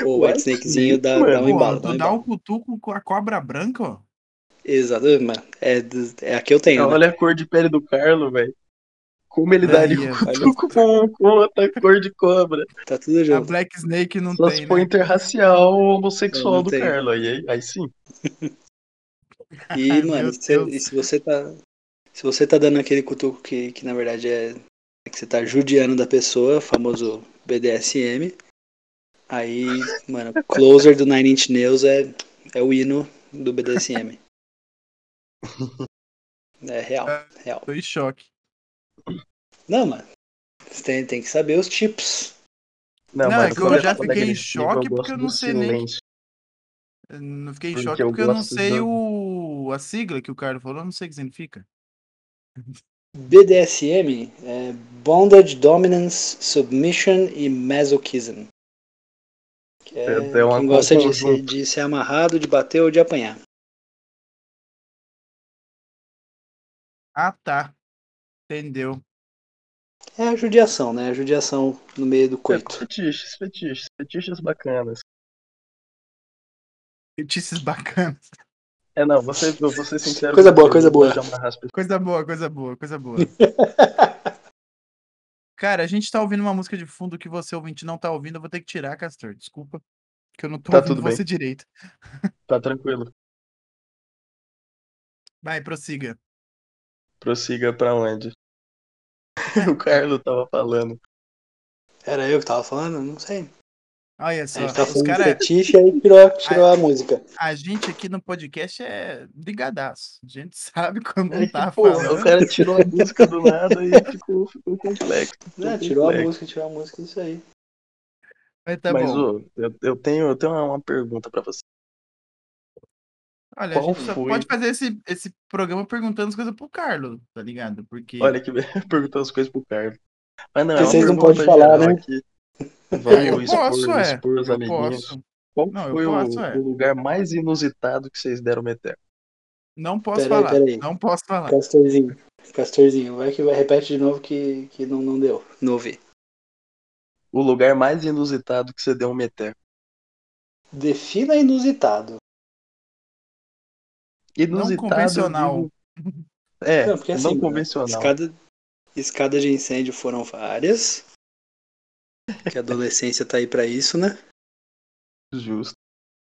[SPEAKER 2] O
[SPEAKER 3] White
[SPEAKER 2] White Snakezinho
[SPEAKER 3] Snake,
[SPEAKER 2] dá,
[SPEAKER 3] mano.
[SPEAKER 2] dá um
[SPEAKER 1] Pô,
[SPEAKER 2] embalo, dá um
[SPEAKER 1] tu dá
[SPEAKER 2] embalo.
[SPEAKER 1] o cutuco com a cobra branca, ó.
[SPEAKER 2] Exato, mano. É, do- é a que eu tenho, né?
[SPEAKER 3] Olha a cor de pele do Carlo, velho. Como ele
[SPEAKER 1] Aí,
[SPEAKER 3] daria
[SPEAKER 1] é,
[SPEAKER 3] o
[SPEAKER 2] olha.
[SPEAKER 3] cutuco com, um, com outra cor de cobra.
[SPEAKER 2] Tá tudo
[SPEAKER 1] A
[SPEAKER 2] junto.
[SPEAKER 1] Black Snake não
[SPEAKER 3] Só
[SPEAKER 1] tem,
[SPEAKER 3] se for
[SPEAKER 1] né?
[SPEAKER 3] interracial ou
[SPEAKER 2] Não,
[SPEAKER 3] homossexual
[SPEAKER 2] não
[SPEAKER 3] do
[SPEAKER 2] tem.
[SPEAKER 3] Carlo. Aí, aí, aí sim.
[SPEAKER 2] E,
[SPEAKER 1] Ai, *laughs*
[SPEAKER 2] mano,
[SPEAKER 1] meu
[SPEAKER 2] se,
[SPEAKER 1] Deus.
[SPEAKER 2] e se você tá. Se você tá dando aquele cutuco que, que na verdade é, é que você tá judiando da pessoa, famoso BDSM, aí,
[SPEAKER 1] *laughs*
[SPEAKER 2] mano, closer do Nine Inch Nails é, é o hino
[SPEAKER 1] *laughs*
[SPEAKER 2] do BDSM. É real, real.
[SPEAKER 1] Tô em choque.
[SPEAKER 2] Não, mano. Você tem, tem que saber os tipos.
[SPEAKER 1] Não,
[SPEAKER 3] mas
[SPEAKER 1] é que
[SPEAKER 3] quando
[SPEAKER 1] eu já
[SPEAKER 3] quando
[SPEAKER 1] fiquei em
[SPEAKER 3] agressivo,
[SPEAKER 1] choque
[SPEAKER 3] gosto
[SPEAKER 1] porque eu
[SPEAKER 3] do
[SPEAKER 1] não sei nem-
[SPEAKER 3] silêncio.
[SPEAKER 1] Eu Não Hum, fiquei em
[SPEAKER 3] Porque
[SPEAKER 1] choque
[SPEAKER 3] eu
[SPEAKER 1] porque eu não
[SPEAKER 3] gosto
[SPEAKER 1] sei
[SPEAKER 3] do-
[SPEAKER 1] o... a sigla que o cara falou, eu não sei o que significa.
[SPEAKER 2] BDSM é Bondage, Dominance, Submission e Masochism. Que é,
[SPEAKER 3] É, é uma
[SPEAKER 2] quem gosta de
[SPEAKER 3] conjunto.
[SPEAKER 2] ser, de ser amarrado, de bater ou de apanhar.
[SPEAKER 1] Ah, tá. Entendeu.
[SPEAKER 2] É a judiação, né? A judiação no meio do
[SPEAKER 3] É,
[SPEAKER 2] coito.
[SPEAKER 3] fetiches, fetiches, fetiches bacanas.
[SPEAKER 1] Notícias *laughs* bacanas.
[SPEAKER 3] É, não, você, eu vou ser sincero.
[SPEAKER 2] Coisa boa,
[SPEAKER 3] eu um
[SPEAKER 2] coisa boa.
[SPEAKER 3] gosto de amarrar as pessoas.
[SPEAKER 1] Coisa boa, coisa boa, coisa boa. Cara, a gente tá ouvindo uma música de fundo que você ouvinte não tá ouvindo. Eu vou ter que tirar, Castor. Desculpa. Que eu não tô
[SPEAKER 3] Tá
[SPEAKER 1] ouvindo
[SPEAKER 3] tudo bem.
[SPEAKER 1] você direito.
[SPEAKER 3] Tá tranquilo.
[SPEAKER 1] Vai, prossiga.
[SPEAKER 3] Prossiga pra onde? *laughs* o Carlo tava falando.
[SPEAKER 2] É, Era eu que tava falando? Não sei.
[SPEAKER 1] Olha
[SPEAKER 2] A
[SPEAKER 1] só.
[SPEAKER 2] gente tá
[SPEAKER 1] Os
[SPEAKER 2] falando de
[SPEAKER 1] cara,
[SPEAKER 2] fetiche aí tirou, tirou a música.
[SPEAKER 1] a gente aqui no podcast é brigadaço. A gente *laughs* sabe quando
[SPEAKER 3] É
[SPEAKER 1] não
[SPEAKER 3] que,
[SPEAKER 1] tá
[SPEAKER 3] pô, o
[SPEAKER 1] falando.
[SPEAKER 3] cara tirou a música do nada *laughs* e ficou, ficou complexo. ficou
[SPEAKER 1] É,
[SPEAKER 2] Né, tirou a
[SPEAKER 3] complexo.
[SPEAKER 2] música, tirou a música, isso aí.
[SPEAKER 1] Mas tá
[SPEAKER 3] Mas,
[SPEAKER 1] bom.
[SPEAKER 3] ô, eu, eu tenho, eu tenho uma uma pergunta pra você.
[SPEAKER 1] Olha, a
[SPEAKER 3] qual
[SPEAKER 1] gente só
[SPEAKER 3] foi?
[SPEAKER 1] pode fazer esse, esse programa perguntando as coisas pro Carlos, tá ligado? Porque.
[SPEAKER 3] Olha que *laughs* perguntou as coisas pro Carlos. Mas não, é
[SPEAKER 2] Porque
[SPEAKER 3] uma
[SPEAKER 2] vocês não
[SPEAKER 3] pergunta
[SPEAKER 2] podem falar,
[SPEAKER 3] geral
[SPEAKER 2] né?
[SPEAKER 3] aqui.
[SPEAKER 1] Ah, eu
[SPEAKER 3] Vamos
[SPEAKER 1] posso,
[SPEAKER 3] expor,
[SPEAKER 1] é.
[SPEAKER 3] expor os
[SPEAKER 1] eu
[SPEAKER 3] amiguinhos.
[SPEAKER 1] posso.
[SPEAKER 3] Qual
[SPEAKER 1] Não, eu
[SPEAKER 3] foi
[SPEAKER 1] posso,
[SPEAKER 3] o,
[SPEAKER 1] é.
[SPEAKER 3] o lugar mais inusitado que vocês deram meter?
[SPEAKER 1] Não posso
[SPEAKER 2] Peraí,
[SPEAKER 1] falar.
[SPEAKER 2] peraí.
[SPEAKER 1] Não posso
[SPEAKER 2] Ah.
[SPEAKER 1] falar.
[SPEAKER 2] Castorzinho. Castorzinho, vai que vai, repete de novo que, que não, não deu. Não ouvi.
[SPEAKER 3] O lugar mais inusitado que você deu um meter.
[SPEAKER 2] Defina inusitado.
[SPEAKER 3] Inusitado, eu
[SPEAKER 1] convencional.
[SPEAKER 3] digo- *laughs* É,
[SPEAKER 2] Não, porque assim,
[SPEAKER 3] não
[SPEAKER 2] mano,
[SPEAKER 3] convencional.
[SPEAKER 2] escada, escada de incêndio foram várias. Que a adolescência tá aí pra isso, né? é
[SPEAKER 3] Justo.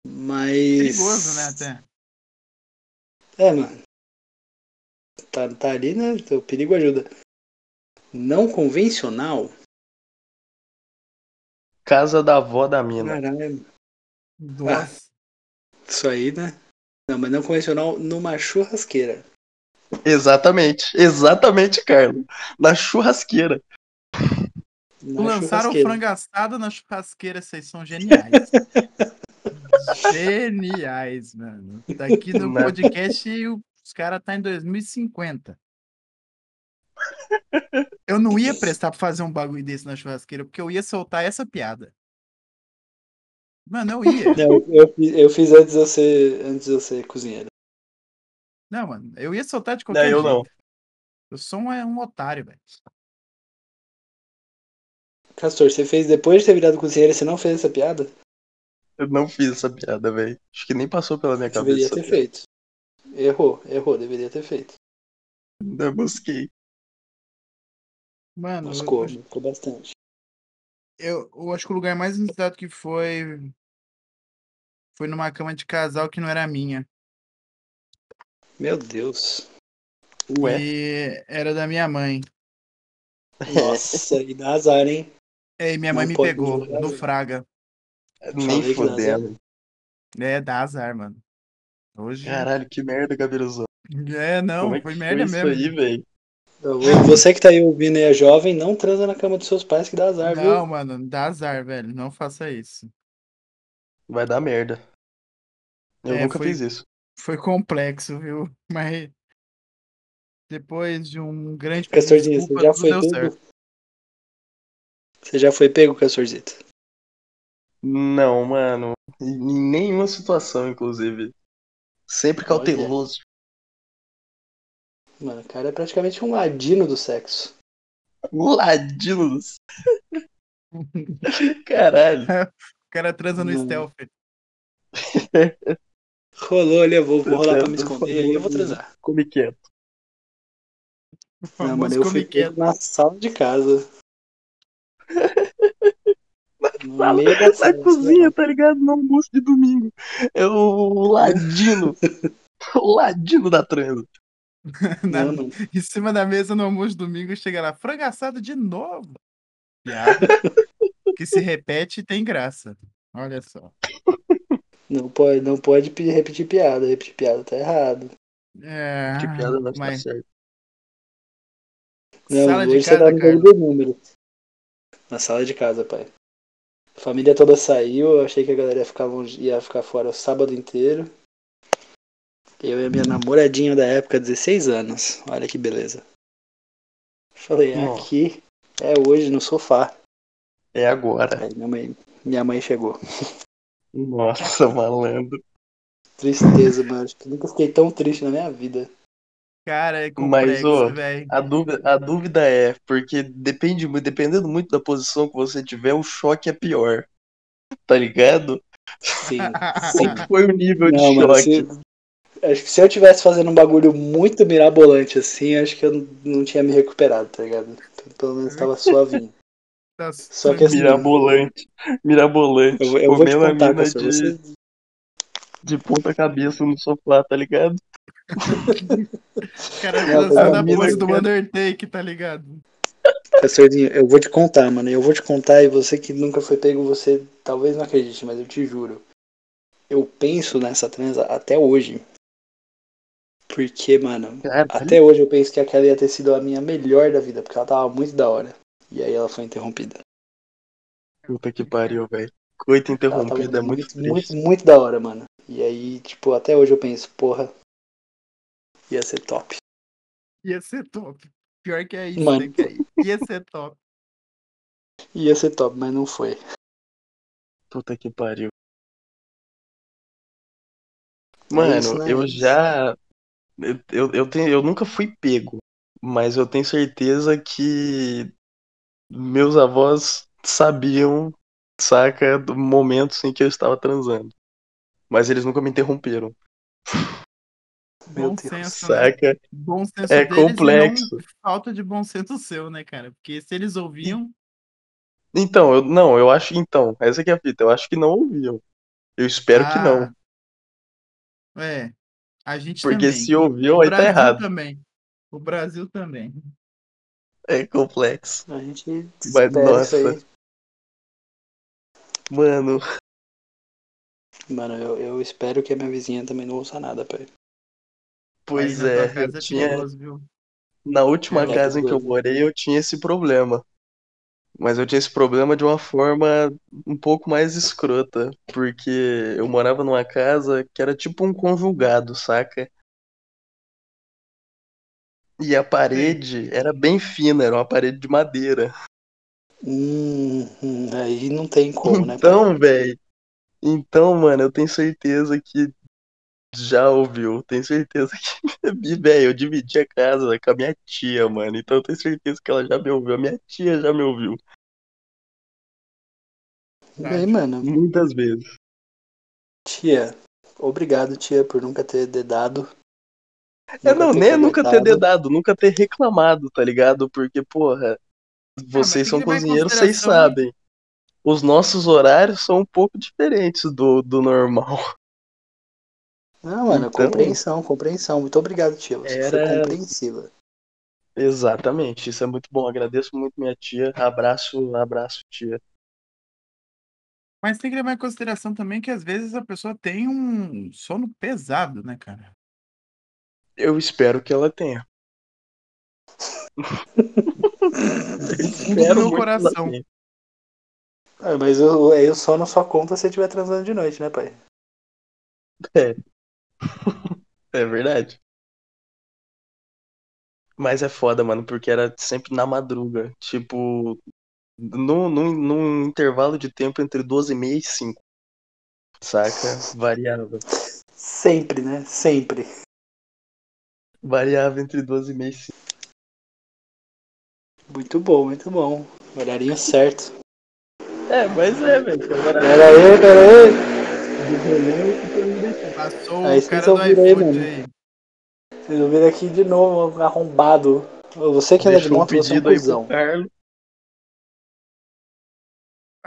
[SPEAKER 2] Mas.
[SPEAKER 1] Perigoso, né, até.
[SPEAKER 2] É, mano. Tá, tá ali, né? O perigo ajuda. Não convencional?
[SPEAKER 3] Casa da avó da mina.
[SPEAKER 2] Caralho.
[SPEAKER 1] Nossa.
[SPEAKER 2] Isso aí, né? Não, mas não convencional numa churrasqueira.
[SPEAKER 3] Exatamente, exatamente, Carlos. Na churrasqueira.
[SPEAKER 2] Na
[SPEAKER 1] Lançaram
[SPEAKER 2] churrasqueira.
[SPEAKER 1] frango assado na churrasqueira, vocês são geniais. geniais, mano. Daqui no
[SPEAKER 3] Né?
[SPEAKER 1] podcast o- os caras tá em 2050. Eu não ia prestar pra fazer um bagulho desse na churrasqueira, porque eu ia soltar essa piada. Mano, eu ia.
[SPEAKER 2] Não, eu, eu fiz antes de eu ser, antes de eu ser cozinheiro.
[SPEAKER 1] Não, mano, eu ia soltar de
[SPEAKER 3] Não,
[SPEAKER 1] qualquer jeito.
[SPEAKER 3] eu não.
[SPEAKER 1] Eu sou um, um otário, velho.
[SPEAKER 2] Castor, você fez depois de ter virado cozinheiro, você não fez essa piada?
[SPEAKER 3] Eu não fiz essa piada, velho. Acho que nem passou pela minha cabeça.
[SPEAKER 2] deveria
[SPEAKER 3] essa
[SPEAKER 2] ter
[SPEAKER 3] piada.
[SPEAKER 2] feito. Errou, errou, deveria ter feito.
[SPEAKER 3] Ainda busquei.
[SPEAKER 1] Mano,
[SPEAKER 2] Mas
[SPEAKER 1] eu-
[SPEAKER 2] ficou, ficou bastante.
[SPEAKER 1] Eu, eu acho que o lugar mais inusitado que foi foi numa cama de casal que não era minha.
[SPEAKER 2] Meu Deus.
[SPEAKER 3] Ué.
[SPEAKER 1] E era da minha mãe.
[SPEAKER 2] Nossa, e dá azar, hein?
[SPEAKER 1] É, E minha mãe
[SPEAKER 2] Não
[SPEAKER 1] me
[SPEAKER 2] pode
[SPEAKER 1] pegou
[SPEAKER 2] divulgar,
[SPEAKER 1] no
[SPEAKER 2] né?
[SPEAKER 1] Fraga.
[SPEAKER 3] Nem
[SPEAKER 2] Falei que né? dá azar.
[SPEAKER 3] fudendo.
[SPEAKER 1] É, dá azar, mano. Hoje.
[SPEAKER 3] Caralho, que merda, Gabiruzão.
[SPEAKER 1] É, não,
[SPEAKER 3] Como é que
[SPEAKER 1] foi
[SPEAKER 3] foi
[SPEAKER 1] merda
[SPEAKER 3] isso
[SPEAKER 1] mesmo.
[SPEAKER 3] aí, velho?
[SPEAKER 2] Vo- Você que tá aí ouvindo e é jovem, não transa na cama dos seus pais que dá azar,
[SPEAKER 1] Não,
[SPEAKER 2] viu?
[SPEAKER 1] mano, dá azar, velho. Não faça isso.
[SPEAKER 3] Vai dar merda. Eu
[SPEAKER 1] É,
[SPEAKER 3] nunca
[SPEAKER 1] foi-
[SPEAKER 3] fiz isso.
[SPEAKER 1] Foi complexo, viu? *laughs* Mas depois de um grande pedido de
[SPEAKER 2] Castorzinho, você
[SPEAKER 1] desculpa,
[SPEAKER 2] já
[SPEAKER 1] tudo
[SPEAKER 2] foi
[SPEAKER 1] deu
[SPEAKER 2] pego?
[SPEAKER 1] certo.
[SPEAKER 2] Você já foi pego, Castorzito?
[SPEAKER 3] Não, mano. Em nenhuma situação, inclusive. Sempre
[SPEAKER 2] Olha.
[SPEAKER 3] cauteloso.
[SPEAKER 2] Mano, o cara é praticamente um ladino do sexo.
[SPEAKER 3] Ladinos. *laughs* Caralho.
[SPEAKER 1] O cara transa no
[SPEAKER 2] Não.
[SPEAKER 1] stealth.
[SPEAKER 2] Rolou ali, eu vou, vou rolar pra me
[SPEAKER 3] Por favor,
[SPEAKER 2] esconder aí eu vou transar.
[SPEAKER 3] Come quieto.
[SPEAKER 1] O
[SPEAKER 2] Não,
[SPEAKER 1] famoso
[SPEAKER 2] mano, eu fui
[SPEAKER 1] come quieto.
[SPEAKER 2] pego na sala de casa. No
[SPEAKER 3] sala,
[SPEAKER 2] meio da
[SPEAKER 3] Na
[SPEAKER 2] sala. assim,
[SPEAKER 3] cozinha, tá ligado? No almoço de domingo. É o ladino. o ladino da transa.
[SPEAKER 1] *laughs* Na-
[SPEAKER 2] Não, mano.
[SPEAKER 1] em cima da mesa no almoço de domingo chega lá, frango assado de novo.
[SPEAKER 3] *laughs*
[SPEAKER 1] Piada que se repete e tem graça. Olha só.
[SPEAKER 2] Não pode, não pode pi- repetir piada. Repetir piada tá errado.
[SPEAKER 1] É,
[SPEAKER 3] Que piada não está
[SPEAKER 1] mas
[SPEAKER 3] certa.
[SPEAKER 2] Não,
[SPEAKER 1] sala
[SPEAKER 2] hoje
[SPEAKER 1] de
[SPEAKER 2] você tá
[SPEAKER 1] casa,
[SPEAKER 2] no
[SPEAKER 1] cara.
[SPEAKER 2] jogo do número. Na sala de casa, pai. A família toda saiu, eu achei que a galera ia ficar longe, ia ficar fora o sábado inteiro. Eu e a minha namoradinha da época, 16 anos. Olha que beleza. Falei,
[SPEAKER 3] Ó.
[SPEAKER 2] aqui é hoje no sofá.
[SPEAKER 3] É agora.
[SPEAKER 2] Aí minha mãe, minha mãe chegou.
[SPEAKER 3] Nossa, malandro.
[SPEAKER 2] Tristeza, mano. Acho que nunca fiquei tão triste na minha vida.
[SPEAKER 1] Cara, é
[SPEAKER 3] Mas, ô,
[SPEAKER 1] complexo,
[SPEAKER 3] *laughs*
[SPEAKER 1] velho.
[SPEAKER 3] A dúvida, a dúvida é, porque depende, mu- dependendo muito da posição que você tiver, o choque é pior. Tá ligado?
[SPEAKER 2] Sim,
[SPEAKER 3] Qual
[SPEAKER 1] Ah,
[SPEAKER 2] sim.
[SPEAKER 3] que foi o nível
[SPEAKER 2] Não,
[SPEAKER 3] de
[SPEAKER 2] mano,
[SPEAKER 3] choque?
[SPEAKER 2] se, acho que se eu tivesse fazendo um bagulho muito mirabolante assim, acho que eu n- não tinha me recuperado, tá ligado? Pelo menos tava suavinho.
[SPEAKER 1] Tá
[SPEAKER 2] Só que assim,
[SPEAKER 3] Mirabolante.
[SPEAKER 2] *laughs*
[SPEAKER 3] Mirabolante.
[SPEAKER 2] Eu, vou- eu vou te
[SPEAKER 3] Comendo a
[SPEAKER 2] contar,
[SPEAKER 3] mina
[SPEAKER 2] Castor.
[SPEAKER 3] é de,
[SPEAKER 2] Você,
[SPEAKER 3] de ponta cabeça no sofá, tá ligado?
[SPEAKER 1] O cara
[SPEAKER 2] Não,
[SPEAKER 1] dançando a
[SPEAKER 3] a mina,
[SPEAKER 1] pose do
[SPEAKER 3] cara.
[SPEAKER 1] Undertake, tá ligado?
[SPEAKER 2] Castorzinho, eu vou te contar, mano. Eu vou te contar e você que nunca foi pego, você talvez não acredite, mas eu te juro. Eu penso nessa transa até hoje. Porque, mano,
[SPEAKER 3] Caralho.
[SPEAKER 2] até hoje eu penso que aquela ia ter sido a minha melhor da vida, porque ela tava muito da hora. E aí ela foi interrompida.
[SPEAKER 3] Puta que pariu, velho. Coito
[SPEAKER 2] Ela tava
[SPEAKER 3] interrompido é muito
[SPEAKER 2] Tá muito, muito,
[SPEAKER 3] triste.
[SPEAKER 2] muito da hora, mano. E aí, tipo, até hoje eu penso, porra, ia ser top.
[SPEAKER 1] Ia ser top. Pior que é isso,
[SPEAKER 2] Mano.
[SPEAKER 1] né, cara? Ia ser
[SPEAKER 3] *laughs*
[SPEAKER 1] top.
[SPEAKER 2] Ia ser top, mas não foi.
[SPEAKER 3] Puta que pariu. É
[SPEAKER 2] isso,
[SPEAKER 3] Mano,
[SPEAKER 2] né?
[SPEAKER 3] eu já. Eu, eu, eu, tenho, eu nunca fui pego, mas eu tenho certeza que meus avós sabiam, saca, do momento em que eu estava transando. Mas eles nunca me interromperam,
[SPEAKER 2] Meu
[SPEAKER 1] Bom
[SPEAKER 2] Deus,
[SPEAKER 1] senso, né?
[SPEAKER 3] saca?
[SPEAKER 1] Bom senso
[SPEAKER 3] É
[SPEAKER 1] deles e não
[SPEAKER 3] complexo.
[SPEAKER 1] falta de bom senso seu, né, cara? Porque se eles ouviam,
[SPEAKER 3] Então, eu, não, eu acho. Então, essa que é a fita. Eu acho que não ouviam. Eu espero que não.
[SPEAKER 1] ah, É, a gente
[SPEAKER 3] Porque
[SPEAKER 1] também.
[SPEAKER 3] se ouviu,
[SPEAKER 1] o
[SPEAKER 3] aí tá
[SPEAKER 1] Brasil *laughs*
[SPEAKER 3] errado.
[SPEAKER 1] também. O Brasil também.
[SPEAKER 3] É complexo.
[SPEAKER 2] a gente espera
[SPEAKER 3] nossa.
[SPEAKER 2] isso aí.
[SPEAKER 3] Mano,
[SPEAKER 2] Mano, eu, eu espero que a minha vizinha também não ouça nada, pai.
[SPEAKER 3] Pois
[SPEAKER 1] Aí na tua
[SPEAKER 3] é, eu
[SPEAKER 1] casa
[SPEAKER 3] tinha-
[SPEAKER 1] perigoso, viu?
[SPEAKER 3] Na
[SPEAKER 2] É,
[SPEAKER 3] última
[SPEAKER 2] outra
[SPEAKER 3] casa em que eu
[SPEAKER 2] coisa.
[SPEAKER 3] morei, eu tinha esse problema. Mas eu tinha esse problema de uma forma um pouco mais escrota, porque eu morava numa casa que era tipo um conjugado, saca? E a parede era bem fina, era uma parede de madeira.
[SPEAKER 2] Hum, hum, aí não tem como, né?
[SPEAKER 3] Então, velho, então, mano, eu tenho certeza que já ouviu, tenho certeza que, *laughs* velho, eu dividi a casa com a minha tia, mano, então eu tenho certeza que ela já me ouviu, a minha tia já me ouviu.
[SPEAKER 2] Aí, mano,
[SPEAKER 3] Muitas vezes.
[SPEAKER 2] tia, obrigado, tia, por nunca ter dedado.
[SPEAKER 3] É, não, nem
[SPEAKER 2] ter
[SPEAKER 3] nunca ter
[SPEAKER 2] comentado.
[SPEAKER 3] dedado, nunca ter reclamado, tá ligado? Porque, porra, vocês
[SPEAKER 1] Ah, tem
[SPEAKER 3] são
[SPEAKER 1] que levar em
[SPEAKER 3] cozinheiros, vocês
[SPEAKER 1] consideração-
[SPEAKER 3] sabem. Os nossos horários são um pouco diferentes do, do normal. *laughs*
[SPEAKER 2] Não, Ah, mano,
[SPEAKER 3] Então-
[SPEAKER 2] compreensão, compreensão. Muito obrigado, tia. Você foi
[SPEAKER 3] Era-
[SPEAKER 2] compreensiva.
[SPEAKER 3] Exatamente, isso é muito bom. Agradeço muito minha tia. Abraço, abraço, tia.
[SPEAKER 1] Mas tem que levar em consideração também que às vezes a pessoa tem um sono pesado, né, cara?
[SPEAKER 3] Eu espero que ela tenha. Eu
[SPEAKER 1] meu
[SPEAKER 3] espero muito que ela
[SPEAKER 1] coração.
[SPEAKER 3] tenha.
[SPEAKER 2] Ah, mas o, aí o sono só conta se você estiver transando de noite, né, pai?
[SPEAKER 3] É verdade. Mas é foda, mano, porque era sempre na madruga. Tipo, num, num, num intervalo de tempo entre 12 e meia e 5. Saca? Variava.
[SPEAKER 2] Sempre, né? Sempre.
[SPEAKER 3] Variava entre 12 e meia e 5.
[SPEAKER 2] Muito bom, muito bom. Horarinho certo.
[SPEAKER 3] É, mas é, velho. que agora-
[SPEAKER 2] Pera aí, pera
[SPEAKER 1] Passou
[SPEAKER 3] Ah,
[SPEAKER 2] Aí
[SPEAKER 1] o
[SPEAKER 2] vocês
[SPEAKER 1] cara do
[SPEAKER 2] ouviram aí,
[SPEAKER 1] iFood
[SPEAKER 2] mano.
[SPEAKER 1] aí.
[SPEAKER 2] aí. Vocês ouviram aqui de novo, arrombado. Você que anda de
[SPEAKER 3] Deixou um
[SPEAKER 2] moto, você é um
[SPEAKER 3] pedido aí pro
[SPEAKER 2] cuzão.
[SPEAKER 3] Carlos.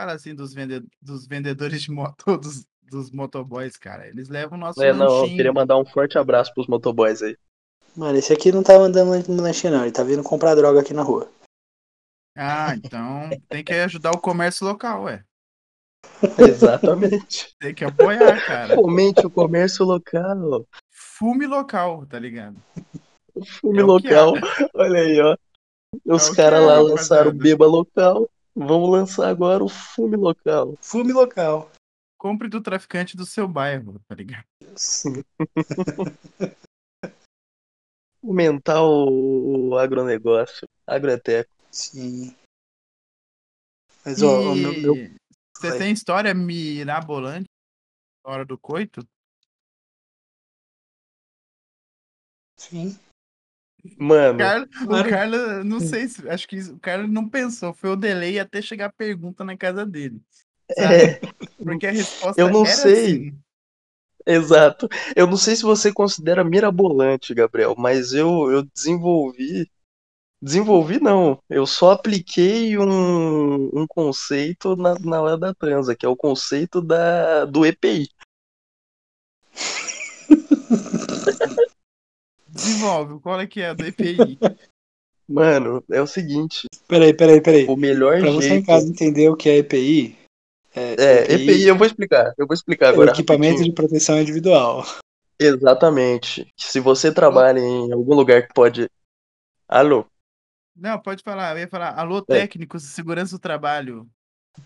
[SPEAKER 1] Fala assim dos, vende- dos vendedores de moto, *laughs* dos, dos motoboys, cara. Eles levam o nosso
[SPEAKER 3] É, não, eu
[SPEAKER 1] lanchinho.
[SPEAKER 3] queria mandar um forte abraço pros motoboys aí.
[SPEAKER 2] Mano, esse aqui não tá andando no lanche, não. Ele tá vindo comprar droga aqui na rua.
[SPEAKER 1] Ah, então tem que ajudar o comércio local, ué.
[SPEAKER 3] *laughs* Exatamente.
[SPEAKER 1] Tem que apoiar,
[SPEAKER 3] *laughs*
[SPEAKER 1] cara.
[SPEAKER 3] Fomente o comércio local.
[SPEAKER 1] Fume local, tá ligado?
[SPEAKER 3] O filme
[SPEAKER 1] É o que
[SPEAKER 3] local. *laughs* Olha aí, ó. Os
[SPEAKER 1] É o que
[SPEAKER 3] caras
[SPEAKER 1] é,
[SPEAKER 3] lá
[SPEAKER 1] rapaziada.
[SPEAKER 3] lançaram o Beba Local. Vamos lançar agora o Fume Local.
[SPEAKER 2] Fume local.
[SPEAKER 1] Compre do traficante do seu bairro, tá ligado?
[SPEAKER 3] Fomentar o, o agronegócio. Agroeteco.
[SPEAKER 2] Sim. Mas, ó, o meu, meu-
[SPEAKER 1] E Você
[SPEAKER 2] Vai.
[SPEAKER 1] tem história mirabolante na hora do coito?
[SPEAKER 2] Sim.
[SPEAKER 1] O
[SPEAKER 3] Mano,
[SPEAKER 1] Carlos,
[SPEAKER 2] Claro.
[SPEAKER 1] o Carlos,
[SPEAKER 3] Hum.
[SPEAKER 1] não sei se, acho que isso- o Carlos não pensou, foi o delay até chegar a pergunta na casa dele. sabe?
[SPEAKER 3] é, *laughs*
[SPEAKER 1] Porque a resposta
[SPEAKER 3] Eu não
[SPEAKER 1] era assim,
[SPEAKER 3] sei.
[SPEAKER 1] sim.
[SPEAKER 3] exato. Eu não sei se você considera mirabolante, Gabriel, mas eu, eu desenvolvi. Desenvolvi não, eu só apliquei um, um conceito na, na hora da transa, que é o conceito da, do EPI.
[SPEAKER 1] Desenvolve, qual é que é a do
[SPEAKER 3] *laughs*
[SPEAKER 1] EPI?
[SPEAKER 3] Mano, é o seguinte,
[SPEAKER 2] Peraí, peraí, peraí.
[SPEAKER 3] o melhor
[SPEAKER 2] Pra você em
[SPEAKER 3] jeito.
[SPEAKER 2] casa entender o que é EPI, é,
[SPEAKER 3] É, EPI, eu vou explicar, eu vou explicar
[SPEAKER 2] é o
[SPEAKER 3] agora.
[SPEAKER 2] equipamento
[SPEAKER 3] rapidinho.
[SPEAKER 2] de proteção individual.
[SPEAKER 3] Exatamente. Se você trabalha em algum lugar que pode. Alô?
[SPEAKER 1] Não, pode falar, eu ia falar, alô
[SPEAKER 3] É.
[SPEAKER 1] técnicos de segurança do trabalho.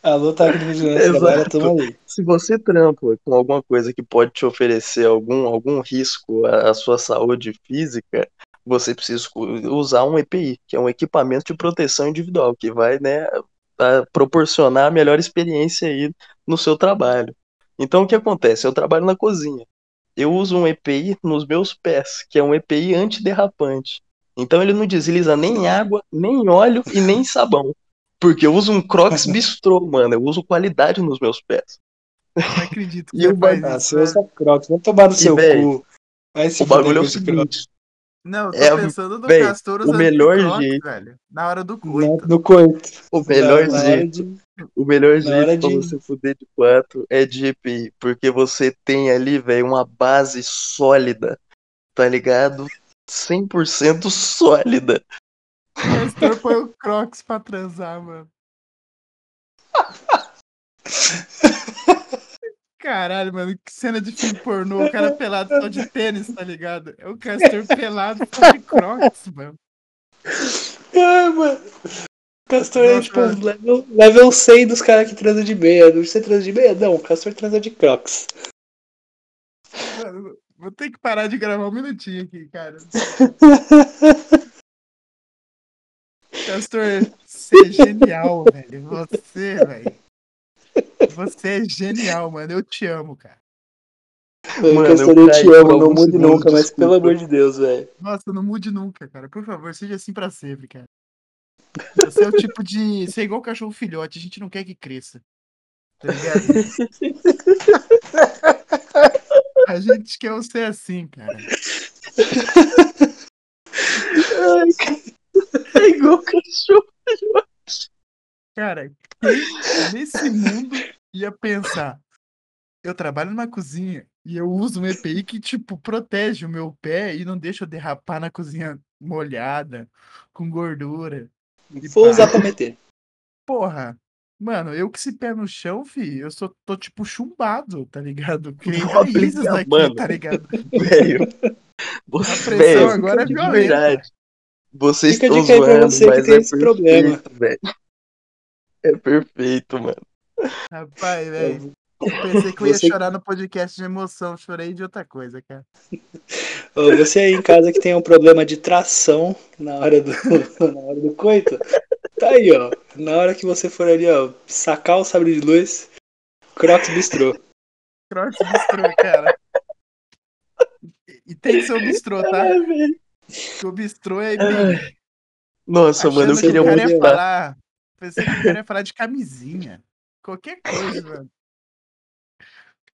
[SPEAKER 2] Alô, tá aqui no vigilante,
[SPEAKER 3] Exato.
[SPEAKER 2] trabalha, tamo ali.
[SPEAKER 3] Se você trampa com alguma coisa que pode te oferecer algum, algum risco à, à sua saúde física, você precisa cu- usar um EPI, que é um equipamento de proteção individual, que vai, né, a- proporcionar a melhor experiência aí no seu trabalho. Então, o que acontece? Eu trabalho na cozinha. Eu uso um EPI nos meus pés, que é um EPI antiderrapante. Então, ele não desliza nem água, nem óleo e nem sabão. Porque eu uso um Crocs Bistrô, mano. Eu uso qualidade nos meus pés.
[SPEAKER 1] Não acredito que
[SPEAKER 3] E
[SPEAKER 1] você
[SPEAKER 3] o
[SPEAKER 1] faz
[SPEAKER 2] Ah,
[SPEAKER 1] isso.
[SPEAKER 2] você
[SPEAKER 1] velho.
[SPEAKER 2] usa Crocs, vai tomar no seu
[SPEAKER 3] véi,
[SPEAKER 2] cu. Vai se
[SPEAKER 3] O bagulho é o
[SPEAKER 2] fuder com esse
[SPEAKER 3] seguinte,
[SPEAKER 1] Não, eu tô
[SPEAKER 3] É,
[SPEAKER 1] pensando no
[SPEAKER 3] véi,
[SPEAKER 1] Castor
[SPEAKER 3] o
[SPEAKER 1] usando
[SPEAKER 3] melhor
[SPEAKER 1] Crocs,
[SPEAKER 3] jeito.
[SPEAKER 1] velho. Na hora do
[SPEAKER 2] Crocs.
[SPEAKER 1] coito.
[SPEAKER 2] né? No, no coito.
[SPEAKER 3] o melhor
[SPEAKER 2] na, na hora
[SPEAKER 3] jeito,
[SPEAKER 2] de...
[SPEAKER 3] o melhor
[SPEAKER 2] na hora
[SPEAKER 3] jeito pra
[SPEAKER 2] de-
[SPEAKER 3] você fuder de quatro é de EPI, porque você tem ali, velho, uma base sólida, tá ligado? 100% sólida. *laughs*
[SPEAKER 1] O Castor põe o Crocs pra transar, mano. Caralho, mano, que cena de filme pornô, o cara pelado só de tênis, tá ligado? É o Caster pelado só de crocs, mano.
[SPEAKER 2] Ah, mano. Castor é
[SPEAKER 1] Nossa,
[SPEAKER 2] tipo
[SPEAKER 1] mano.
[SPEAKER 2] level, level 100 dos caras que transam de meia. Não você transa de meia? Não, o Castor transa de crocs.
[SPEAKER 1] Mano, Vou ter que parar de gravar um minutinho aqui, cara. Castor, você é genial, velho. Você, velho. Você é genial, mano. Eu te amo, cara.
[SPEAKER 2] Mano,
[SPEAKER 3] Mano,
[SPEAKER 2] Castor,
[SPEAKER 3] eu
[SPEAKER 2] eu,
[SPEAKER 3] caí
[SPEAKER 2] te
[SPEAKER 3] por
[SPEAKER 2] amo, não
[SPEAKER 3] alguns
[SPEAKER 2] mude
[SPEAKER 3] segundos,
[SPEAKER 2] nunca, mas
[SPEAKER 3] desculpa.
[SPEAKER 2] pelo amor de Deus, velho.
[SPEAKER 1] Nossa, não mude nunca, cara. Por favor, seja assim pra sempre, cara. Você é o tipo de. Você é igual cachorro filhote, a gente não quer que cresça. Tá ligado? A gente quer você assim, cara.
[SPEAKER 3] Ai, cara. É igual cachorro.
[SPEAKER 1] Cara, quem nesse mundo ia pensar? Eu trabalho numa cozinha e eu uso um EPI que, tipo, protege o meu pé e não deixa eu derrapar na cozinha molhada, com gordura. E
[SPEAKER 2] Vou
[SPEAKER 1] pá.
[SPEAKER 2] usar pra meter.
[SPEAKER 1] Porra, mano, eu que se pé no chão, fi, eu só tô, tipo, chumbado, tá ligado? Criei
[SPEAKER 3] Vou
[SPEAKER 1] raízes
[SPEAKER 3] aplicar,
[SPEAKER 1] daqui,
[SPEAKER 3] mano.
[SPEAKER 1] tá ligado?
[SPEAKER 3] Velho. Você,
[SPEAKER 1] A pressão
[SPEAKER 3] velho,
[SPEAKER 1] agora é
[SPEAKER 3] de
[SPEAKER 1] violenta.
[SPEAKER 3] verdade. Vocês
[SPEAKER 2] Fica a
[SPEAKER 3] estão
[SPEAKER 2] dica aí pra
[SPEAKER 3] zoando,
[SPEAKER 2] você que
[SPEAKER 3] mas
[SPEAKER 2] tem
[SPEAKER 3] é
[SPEAKER 2] esse
[SPEAKER 3] perfeito,
[SPEAKER 2] problema.
[SPEAKER 3] velho. É perfeito, mano.
[SPEAKER 1] Rapaz, velho, eu pensei que eu ia
[SPEAKER 2] Você-
[SPEAKER 1] chorar no podcast de emoção, chorei de outra coisa, cara.
[SPEAKER 2] Ô, Você aí em casa que tem um problema de tração na hora do, *laughs* na hora do coito, tá aí, ó. Na hora que você for ali, ó, sacar o sabre de luz, Crocs bistrô.
[SPEAKER 1] Crocs bistrô, cara. E- E tem que ser o bistrô, tá?
[SPEAKER 3] Ai, velho.
[SPEAKER 1] Porque o bistrô é
[SPEAKER 3] Ai.
[SPEAKER 1] bem.
[SPEAKER 3] Nossa, mano, eu
[SPEAKER 1] achando que
[SPEAKER 3] queria
[SPEAKER 1] o cara
[SPEAKER 3] muito
[SPEAKER 2] é
[SPEAKER 1] ia
[SPEAKER 3] falar.
[SPEAKER 1] falar. Pensei que o cara ia falar de camisinha. Qualquer coisa, mano.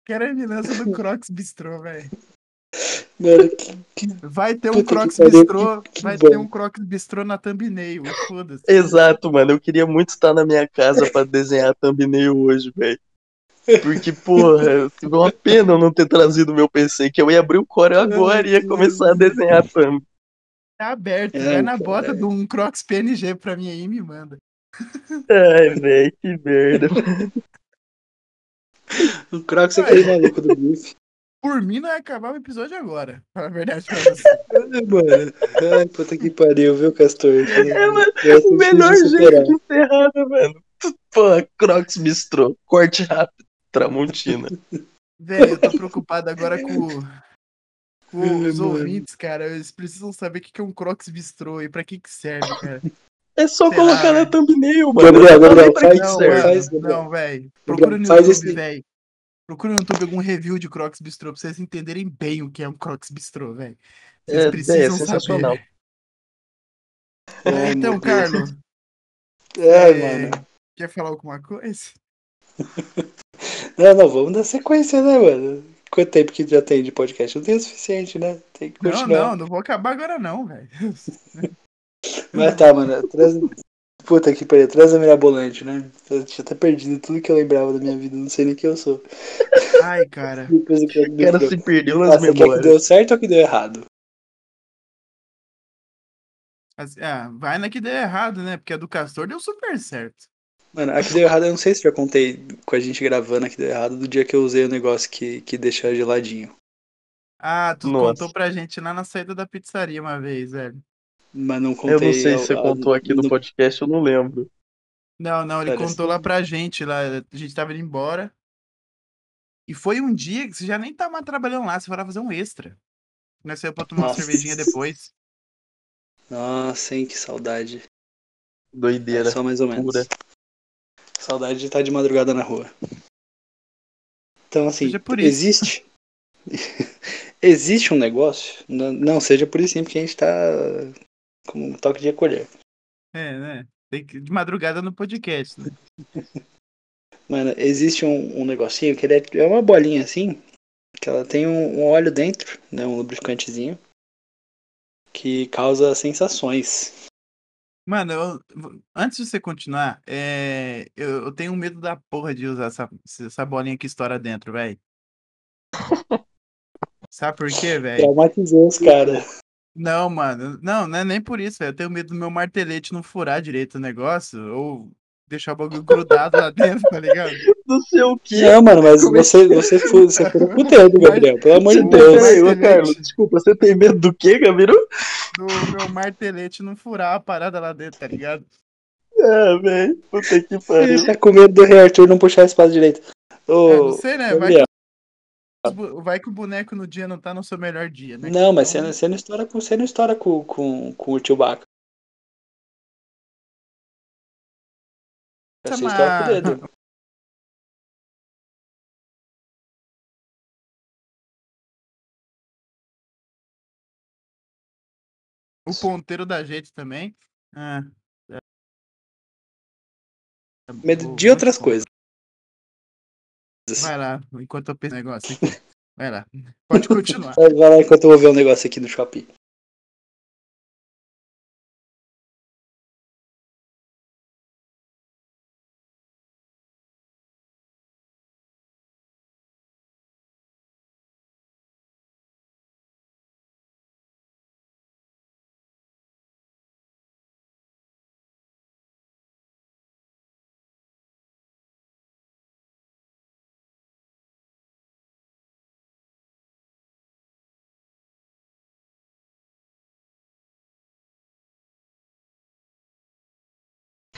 [SPEAKER 1] Quero a eminência do Crocs Bistrô, velho.
[SPEAKER 2] Mano, que-
[SPEAKER 1] Vai ter um
[SPEAKER 2] Puta que
[SPEAKER 1] Crocs
[SPEAKER 2] pariu,
[SPEAKER 1] Bistrô.
[SPEAKER 2] que
[SPEAKER 1] vai
[SPEAKER 2] bom.
[SPEAKER 1] ter um Crocs Bistrô na thumbnail. e Foda-se.
[SPEAKER 3] Exato, mano. Eu queria muito estar na minha casa pra desenhar a thumbnail hoje, velho. Porque, porra, foi uma pena eu não ter trazido meu PC, que eu ia abrir o Corel agora e ia começar a desenhar a thumb.
[SPEAKER 1] Tá aberto.
[SPEAKER 2] Ai,
[SPEAKER 1] Vai na
[SPEAKER 2] cara.
[SPEAKER 1] bota de um Crocs PNG pra mim aí e me manda.
[SPEAKER 3] Ai, velho, que
[SPEAKER 2] *laughs*
[SPEAKER 3] merda.
[SPEAKER 2] o Crocs é aquele maluco do bife.
[SPEAKER 1] Por mim, não ia acabar o episódio agora. Fala a verdade pra você.
[SPEAKER 2] Ai, mano. Ai, puta que pariu, viu, Castor? É,
[SPEAKER 3] mano,
[SPEAKER 2] Eu
[SPEAKER 3] O melhor
[SPEAKER 2] consegui
[SPEAKER 3] jeito
[SPEAKER 2] superar.
[SPEAKER 3] de encerrar, né, mano? Porra, Crocs Bistrô. Corte rápido. Tramontina.
[SPEAKER 1] Velho, eu tô preocupado agora com, com
[SPEAKER 2] *laughs* Ai,
[SPEAKER 1] os
[SPEAKER 2] mano.
[SPEAKER 1] ouvintes, cara. Eles precisam saber o que que é um Crocs bistrô e pra que que serve, cara.
[SPEAKER 3] É só
[SPEAKER 1] Será,
[SPEAKER 3] colocar na
[SPEAKER 1] velho?
[SPEAKER 3] thumbnail, mano.
[SPEAKER 2] Gabriel,
[SPEAKER 3] Eu não
[SPEAKER 2] Gabriel,
[SPEAKER 3] sei pra que é.
[SPEAKER 1] Não,
[SPEAKER 2] faz-
[SPEAKER 3] serve.
[SPEAKER 2] faz-
[SPEAKER 1] mano, não, velho.
[SPEAKER 2] Gabriel,
[SPEAKER 1] Procura no
[SPEAKER 2] faz
[SPEAKER 1] YouTube,
[SPEAKER 2] esse-
[SPEAKER 1] velho. Procura no YouTube algum review de Crocs bistrô pra vocês entenderem bem o que é um Crocs bistrô, velho. Vocês
[SPEAKER 3] É, é
[SPEAKER 1] precisam
[SPEAKER 3] sensacional.
[SPEAKER 1] saber. *laughs* É, então, Carlos,
[SPEAKER 2] Ai,
[SPEAKER 1] é,
[SPEAKER 2] mano.
[SPEAKER 1] quer falar alguma coisa?
[SPEAKER 2] Não, não, vamos dar sequência, né, mano? Quanto tempo que já tem de podcast? Não tem o suficiente, né? Tem que
[SPEAKER 1] Não,
[SPEAKER 2] continuar.
[SPEAKER 1] não, não vou acabar agora não, velho.
[SPEAKER 2] Mas tá, mano. Trans... Puta que pariu, transa mirabolante, né? Eu tinha até perdido tudo que eu lembrava da minha vida, não sei nem quem eu sou.
[SPEAKER 1] Ai, cara.
[SPEAKER 2] Depois do Crocs
[SPEAKER 3] O cara
[SPEAKER 2] bistrô.
[SPEAKER 3] se perdeu nas
[SPEAKER 2] Ah, você quer que
[SPEAKER 3] memórias.
[SPEAKER 2] deu certo ou que deu errado?
[SPEAKER 1] As- Ah, vai na que deu errado, né? Porque a do Castor deu super certo.
[SPEAKER 2] Mano, a que deu errado, eu não sei se eu já contei com a gente gravando a que deu errado do dia que eu usei o negócio que, que deixa geladinho.
[SPEAKER 1] Ah, tu
[SPEAKER 3] Nossa.
[SPEAKER 1] contou pra gente lá na saída da pizzaria uma vez, velho.
[SPEAKER 2] Mas não contei.
[SPEAKER 3] Eu não sei se você
[SPEAKER 2] ao- ao-
[SPEAKER 3] contou aqui no podcast, eu não lembro.
[SPEAKER 1] Não, não, ele
[SPEAKER 2] Olha,
[SPEAKER 1] contou lá pra gente, lá, a gente tava indo embora. E foi um dia que você já nem tava trabalhando lá, você foi lá fazer um extra. Nós saímos pra tomar uma
[SPEAKER 2] Nossa.
[SPEAKER 1] cervejinha depois.
[SPEAKER 2] Nossa, hein, que saudade.
[SPEAKER 3] Doideira.
[SPEAKER 2] É, Só mais ou menos.
[SPEAKER 3] Pura.
[SPEAKER 2] Saudade de estar de madrugada na rua. Então, assim,
[SPEAKER 1] Seja por isso.
[SPEAKER 2] existe. *laughs* existe um negócio. Não, não, seja por isso, sim, porque a gente tá com um toque de acolher.
[SPEAKER 1] É, né? Tem que, de madrugada no podcast, né?
[SPEAKER 2] Mano, existe um, um negocinho que ele é, é uma bolinha assim, que ela tem um, um óleo dentro, né? Um lubrificantezinho. Que causa sensações.
[SPEAKER 1] Mano, eu- antes de você continuar, é, eu, eu tenho medo da porra de usar essa, essa bolinha que estoura dentro, velho. Sabe por quê, velho?
[SPEAKER 2] Traumatizou os caras.
[SPEAKER 1] Não, mano. Não, não é nem por isso, velho. Eu tenho medo do meu martelete não furar direito o negócio ou deixar o bagulho grudado lá dentro, tá ligado?
[SPEAKER 3] não sei o quê.
[SPEAKER 2] Não, mano, mas
[SPEAKER 3] Como é
[SPEAKER 2] você,
[SPEAKER 1] *laughs*
[SPEAKER 2] você foi, você foi pro dedo, Gabriel, pelo amor de
[SPEAKER 1] Mas-
[SPEAKER 2] Deus.
[SPEAKER 3] Peraí, ô,
[SPEAKER 1] Excelente.
[SPEAKER 3] Carlos, desculpa, você tem medo do quê, Gabiru?
[SPEAKER 1] do meu martelete não furar a parada lá dentro, tá ligado?
[SPEAKER 3] Ah, velho, puta que pariu.
[SPEAKER 2] Você tá com medo do rei Arthur não puxar a espada direito.
[SPEAKER 1] É, não
[SPEAKER 2] Ô,
[SPEAKER 1] sei, né? Vai
[SPEAKER 2] Gabriel,
[SPEAKER 1] que, os bu- vai que o boneco no dia não tá no seu melhor dia, né?
[SPEAKER 2] não, mas você
[SPEAKER 1] Então,
[SPEAKER 2] não, você não estoura, com, você não estoura com, com, com o Chewbacca. Você estoura com o dedo.
[SPEAKER 1] O ponteiro da gente também. Ah, é. Tá
[SPEAKER 2] *laughs* Medo
[SPEAKER 1] bom,
[SPEAKER 2] de outras
[SPEAKER 1] muito
[SPEAKER 2] coisas.
[SPEAKER 1] bom. Vai lá, enquanto eu penso no negócio aqui. Vai lá. Pode
[SPEAKER 2] *laughs*
[SPEAKER 1] continuar.
[SPEAKER 2] Vai vai lá enquanto eu vou ver um negócio aqui no shopping.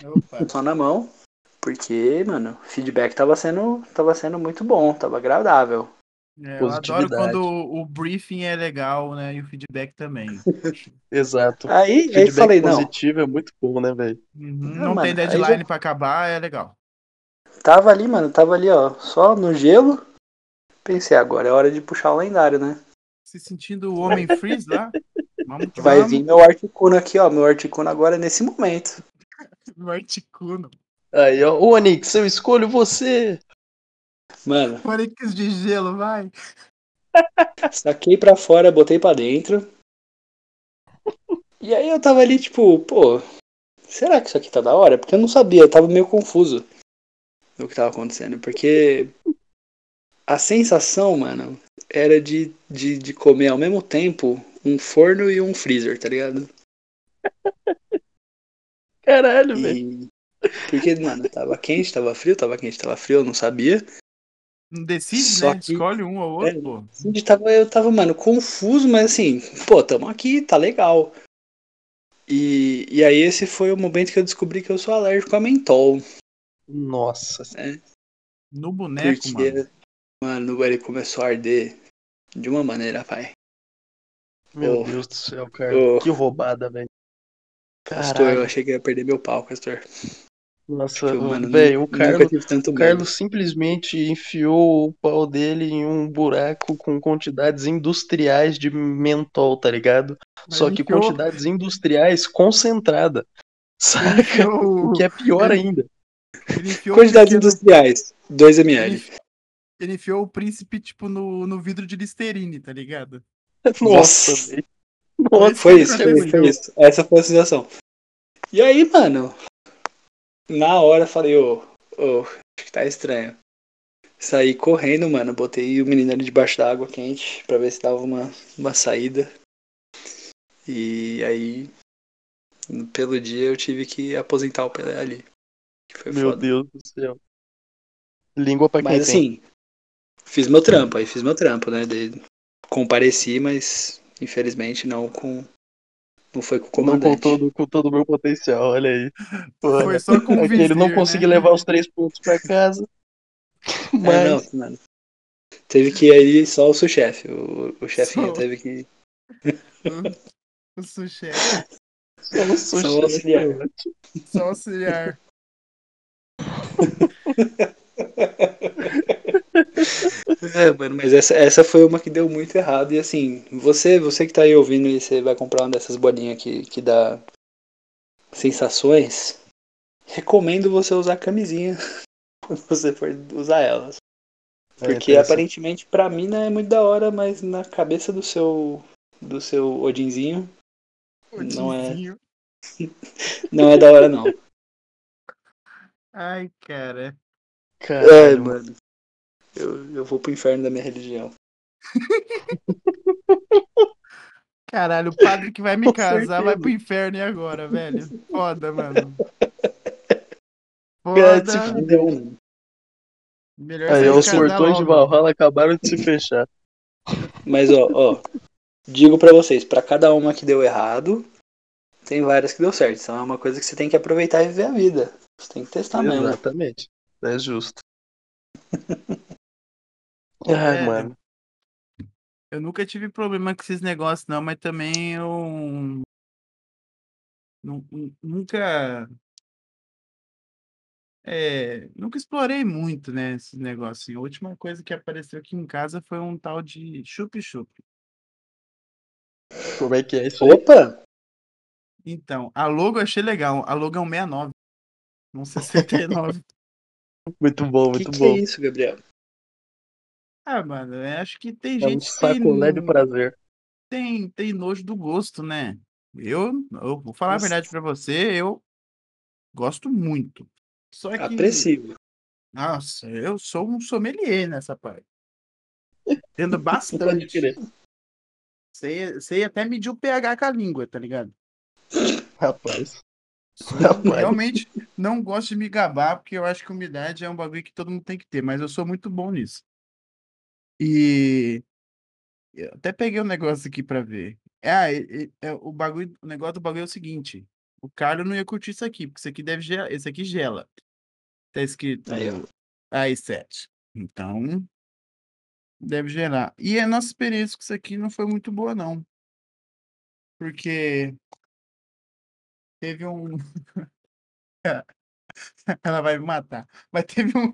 [SPEAKER 1] Opa.
[SPEAKER 2] Só na mão. Porque, mano, o feedback tava sendo, tava sendo muito bom, tava agradável.
[SPEAKER 1] É, eu adoro
[SPEAKER 3] Positividade.
[SPEAKER 1] quando o, o briefing é legal, né? E o feedback também.
[SPEAKER 3] Exato.
[SPEAKER 2] Aí, aí eu
[SPEAKER 3] Feedback
[SPEAKER 2] falei, não,
[SPEAKER 3] positivo é muito bom, né, velho?
[SPEAKER 1] Uhum,
[SPEAKER 2] Ah,
[SPEAKER 1] Não,
[SPEAKER 2] mano,
[SPEAKER 1] tem
[SPEAKER 2] aí
[SPEAKER 1] deadline
[SPEAKER 2] já-
[SPEAKER 1] pra acabar, é legal.
[SPEAKER 2] Tava ali, mano, tava ali, ó, só no gelo. Pensei, agora é hora de puxar o lendário, né?
[SPEAKER 1] Se sentindo o homem freeze lá, vamos que
[SPEAKER 2] Vai
[SPEAKER 1] vamos. *laughs*
[SPEAKER 2] vir meu Articuno aqui, ó, meu Articuno agora é nesse momento.
[SPEAKER 1] O Articuno.
[SPEAKER 3] Aí, ó, ô, Onix, eu escolho você.
[SPEAKER 2] Mano,
[SPEAKER 1] Onix de gelo, vai.
[SPEAKER 2] saquei pra fora, botei pra dentro. E aí eu tava ali, tipo, pô, será que isso aqui tá da hora? Porque eu não sabia, eu tava meio confuso do que tava acontecendo. Porque a sensação, mano, era de, de, de comer ao mesmo tempo um forno e um freezer, tá ligado?
[SPEAKER 3] Caralho, velho.
[SPEAKER 2] E. Porque, mano, tava quente, tava frio, tava quente, tava frio, eu não sabia.
[SPEAKER 1] Não decide,
[SPEAKER 2] Só
[SPEAKER 1] né?
[SPEAKER 2] que-
[SPEAKER 1] Escolhe um ou outro,
[SPEAKER 2] É.
[SPEAKER 1] pô.
[SPEAKER 2] Assim, de tava, eu tava, mano, confuso, mas assim, pô, tamo aqui, tá legal. E, e aí esse foi o momento que eu descobri que eu sou alérgico a mentol.
[SPEAKER 3] Nossa.
[SPEAKER 1] No boneco,
[SPEAKER 2] Porque,
[SPEAKER 1] mano.
[SPEAKER 2] mano, ele começou a arder de uma maneira, pai.
[SPEAKER 3] Meu
[SPEAKER 2] Oh.
[SPEAKER 3] Deus do céu, Carlos.
[SPEAKER 2] Oh.
[SPEAKER 3] Que roubada, velho.
[SPEAKER 2] Castor, eu
[SPEAKER 3] Caralho.
[SPEAKER 2] achei que ia perder meu pau, Castor.
[SPEAKER 3] Nossa,
[SPEAKER 2] Porque, mano,
[SPEAKER 3] velho, o
[SPEAKER 2] nunca
[SPEAKER 3] Carlos.
[SPEAKER 2] tive tanto
[SPEAKER 3] O
[SPEAKER 2] medo.
[SPEAKER 3] Carlos simplesmente enfiou o pau dele em um buraco com quantidades industriais de mentol, tá ligado?
[SPEAKER 1] Mas então
[SPEAKER 3] Só que
[SPEAKER 1] enfiou-
[SPEAKER 3] quantidades industriais concentrada.
[SPEAKER 1] Então *laughs*
[SPEAKER 3] Saca?
[SPEAKER 1] enfiou-
[SPEAKER 3] O que é
[SPEAKER 1] *laughs*
[SPEAKER 3] pior ainda.
[SPEAKER 1] ele enfiou o
[SPEAKER 2] Quantidades
[SPEAKER 3] né?
[SPEAKER 1] pequeno-
[SPEAKER 2] industriais, 2
[SPEAKER 1] ele
[SPEAKER 2] ml.
[SPEAKER 1] enfi- Ele enfiou o príncipe, tipo, no, no vidro de Listerine, tá ligado?
[SPEAKER 2] Nossa.
[SPEAKER 3] *laughs* Nossa, velho. Nossa,
[SPEAKER 2] Foi isso,
[SPEAKER 1] Aconteceu.
[SPEAKER 2] foi, foi isso. Essa foi a sensação. E aí, mano, na hora eu falei, ô, ô, acho que tá estranho. Saí correndo, mano, botei o menino ali debaixo da água quente pra ver se dava uma, uma saída. E aí, pelo dia, eu tive que aposentar o Pelé ali. Que foi
[SPEAKER 3] meu
[SPEAKER 2] foda.
[SPEAKER 3] Deus do céu. Língua pra quem
[SPEAKER 2] Mas
[SPEAKER 3] tem.
[SPEAKER 2] assim, fiz meu trampo, aí fiz meu trampo, né? Daí compareci, mas infelizmente não com. Não foi com o
[SPEAKER 3] Não com
[SPEAKER 2] comandante.
[SPEAKER 3] todo, com todo o meu potencial, olha aí. Olha.
[SPEAKER 1] Foi só com o
[SPEAKER 3] É que ele não
[SPEAKER 1] vizir,
[SPEAKER 3] conseguiu
[SPEAKER 1] né?
[SPEAKER 3] levar os três pontos pra casa.
[SPEAKER 2] É,
[SPEAKER 3] *laughs* Mas,
[SPEAKER 2] não, mano. Teve que ir aí só o seu chefe. O, o chefinho
[SPEAKER 1] Só.
[SPEAKER 2] teve que.
[SPEAKER 1] O sushi,
[SPEAKER 3] eu não sou
[SPEAKER 2] Só
[SPEAKER 3] chefe,
[SPEAKER 2] auxiliar.
[SPEAKER 3] cara.
[SPEAKER 1] só auxiliar.
[SPEAKER 2] É, mano, mas essa, essa foi uma que deu muito errado. E assim, você, você que tá aí ouvindo e você vai comprar uma dessas bolinhas que, que dá sensações, recomendo você usar camisinha *laughs* quando você for usar elas.
[SPEAKER 3] É,
[SPEAKER 2] Porque
[SPEAKER 3] interessante.
[SPEAKER 2] aparentemente pra mim não é muito da hora, mas na cabeça do seu do seu Odinzinho
[SPEAKER 1] O
[SPEAKER 2] Não é.
[SPEAKER 1] tizinho.
[SPEAKER 2] não *laughs* é da hora não.
[SPEAKER 1] Ai, cara.
[SPEAKER 2] É,
[SPEAKER 3] Caralho, mano.
[SPEAKER 2] mano. Eu, eu vou pro inferno da minha religião.
[SPEAKER 1] Caralho, o padre que vai me
[SPEAKER 3] *laughs* Com
[SPEAKER 1] casar vai
[SPEAKER 3] certeza.
[SPEAKER 1] pro inferno e agora, velho?
[SPEAKER 3] *laughs*
[SPEAKER 1] Foda, mano.
[SPEAKER 3] É, Cara, se
[SPEAKER 1] Foda.
[SPEAKER 2] Não, mano.
[SPEAKER 1] Melhor
[SPEAKER 3] tipo, Aí,
[SPEAKER 1] sair
[SPEAKER 3] ó,
[SPEAKER 1] de
[SPEAKER 3] os
[SPEAKER 1] casa
[SPEAKER 3] portões de
[SPEAKER 1] logo.
[SPEAKER 3] Valhalla acabaram *laughs* de se fechar.
[SPEAKER 2] Mas ó, ó, digo pra vocês, pra cada uma que deu errado, tem várias que deu certo. Então é uma coisa que você tem que aproveitar e viver a vida. Você tem que testar
[SPEAKER 3] né?
[SPEAKER 2] mesmo.
[SPEAKER 3] Exatamente. É justo. *laughs* Ai,
[SPEAKER 1] É,
[SPEAKER 3] mano.
[SPEAKER 1] Eu nunca tive problema com esses negócios, não, mas também eu. nu- nu- Nunca. É, nunca explorei muito, né, esses negócios. assim. A última coisa que apareceu aqui em casa foi um tal de chup-chup.
[SPEAKER 3] Como é que é isso aí?
[SPEAKER 2] Opa!
[SPEAKER 1] Então, a logo eu achei legal. A logo é um 69. Um
[SPEAKER 3] *laughs*
[SPEAKER 1] 69.
[SPEAKER 3] Muito bom,
[SPEAKER 2] O que,
[SPEAKER 3] muito
[SPEAKER 2] que é
[SPEAKER 3] bom.
[SPEAKER 2] isso, Gabriel?
[SPEAKER 1] ah, mano, eu acho que tem
[SPEAKER 3] É um
[SPEAKER 1] gente que tem,
[SPEAKER 3] sacolé de prazer.
[SPEAKER 1] tem, tem nojo do gosto, né? Eu, eu vou falar a
[SPEAKER 2] Nossa.
[SPEAKER 1] verdade pra você, eu gosto muito. Só
[SPEAKER 3] Ah,
[SPEAKER 1] que.
[SPEAKER 2] Apressivo.
[SPEAKER 1] Nossa, eu sou um sommelier nessa parte. Entendo
[SPEAKER 3] *laughs* Pode
[SPEAKER 1] bastante.
[SPEAKER 3] crer.
[SPEAKER 1] Sei, sei até medir o pH com a língua, tá ligado?
[SPEAKER 3] Rapaz.
[SPEAKER 1] Sou-
[SPEAKER 3] Rapaz.
[SPEAKER 1] Realmente não gosto de me gabar, porque eu acho que umidade é um bagulho que todo mundo tem que ter, mas eu sou muito bom nisso. E eu até peguei um negócio aqui pra ver. É, ah, e- e- é, o bagulho, o negócio do bagulho é o seguinte: o Carlos não ia curtir isso aqui, porque isso aqui deve gel- esse aqui gela. Tá escrito
[SPEAKER 2] Aí, ó.
[SPEAKER 1] AI7. Então, Deve gerar. E a nossa experiência com isso aqui não foi muito boa, não. Porque teve um. *laughs* Ela vai me matar. Mas teve
[SPEAKER 2] *laughs*
[SPEAKER 1] um.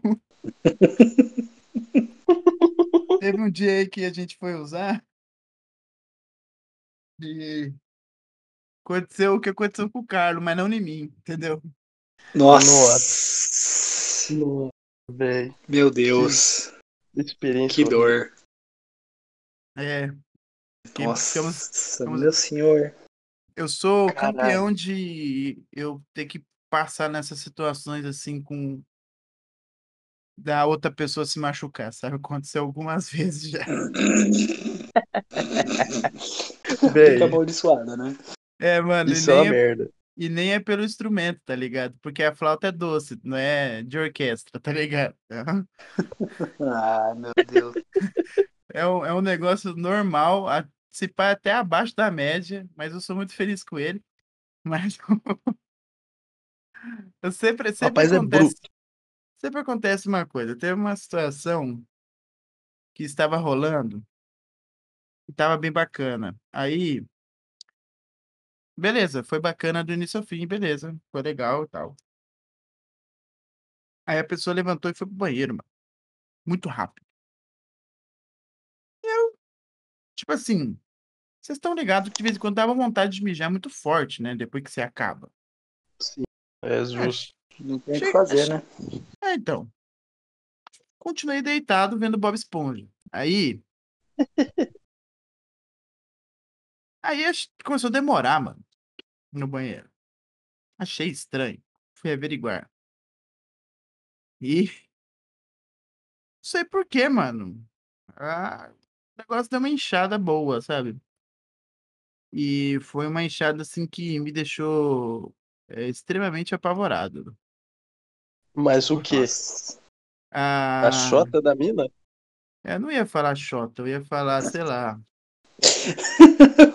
[SPEAKER 1] teve um dia aí que a gente foi usar. E aconteceu o que aconteceu com o Carlos, mas não em mim, entendeu?
[SPEAKER 2] Nossa!
[SPEAKER 3] Nossa, velho.
[SPEAKER 2] Meu Deus!
[SPEAKER 3] Experiência.
[SPEAKER 2] Que dor!
[SPEAKER 1] É. Fiquei- ficamos-
[SPEAKER 2] Nossa,
[SPEAKER 1] ficamos-
[SPEAKER 2] meu senhor!
[SPEAKER 1] Eu sou
[SPEAKER 3] Caralho.
[SPEAKER 1] campeão de eu ter que passar nessas situações assim com. Da outra pessoa se machucar, sabe? Aconteceu algumas *laughs* vezes já.
[SPEAKER 2] Fica
[SPEAKER 3] Velho,
[SPEAKER 2] amaldiçoada, né?
[SPEAKER 1] É, mano, e
[SPEAKER 3] isso é uma
[SPEAKER 1] nem é
[SPEAKER 3] merda.
[SPEAKER 1] E nem é pelo instrumento, tá ligado? Porque a flauta é doce, não é de orquestra, tá ligado?
[SPEAKER 2] Ah, meu Deus!
[SPEAKER 1] É um, é um negócio normal, a- se pá até abaixo da média, mas eu sou muito feliz com ele. *laughs* Mas eu sempre, sempre
[SPEAKER 3] Rapaz, é
[SPEAKER 1] acontece,
[SPEAKER 3] bruto.
[SPEAKER 1] sempre acontece uma coisa. Teve uma situação que estava rolando e estava bem bacana. Aí, beleza, foi bacana do início ao fim, beleza, foi legal e tal. Aí a pessoa levantou e foi pro banheiro, mano. Muito rápido. Tipo assim, Vocês estão ligados que de vez em quando dá uma vontade de mijar muito forte, né? Depois que você acaba.
[SPEAKER 3] Sim, é justo.
[SPEAKER 2] Não tem o que
[SPEAKER 1] Chega-
[SPEAKER 2] fazer, né?
[SPEAKER 1] É, então. Continuei deitado vendo Bob Esponja. Aí. Aí ach- começou a demorar, mano. No banheiro. Achei estranho. Fui averiguar. E. Não sei porquê, mano. Ah, o negócio deu uma enxada boa, sabe? E foi uma enxada, assim, que me deixou é, extremamente apavorado.
[SPEAKER 3] Mas o quê?
[SPEAKER 2] Nossa.
[SPEAKER 1] Ah,
[SPEAKER 3] A chota da mina?
[SPEAKER 1] Eu É, não ia falar Xota, eu ia falar, sei lá.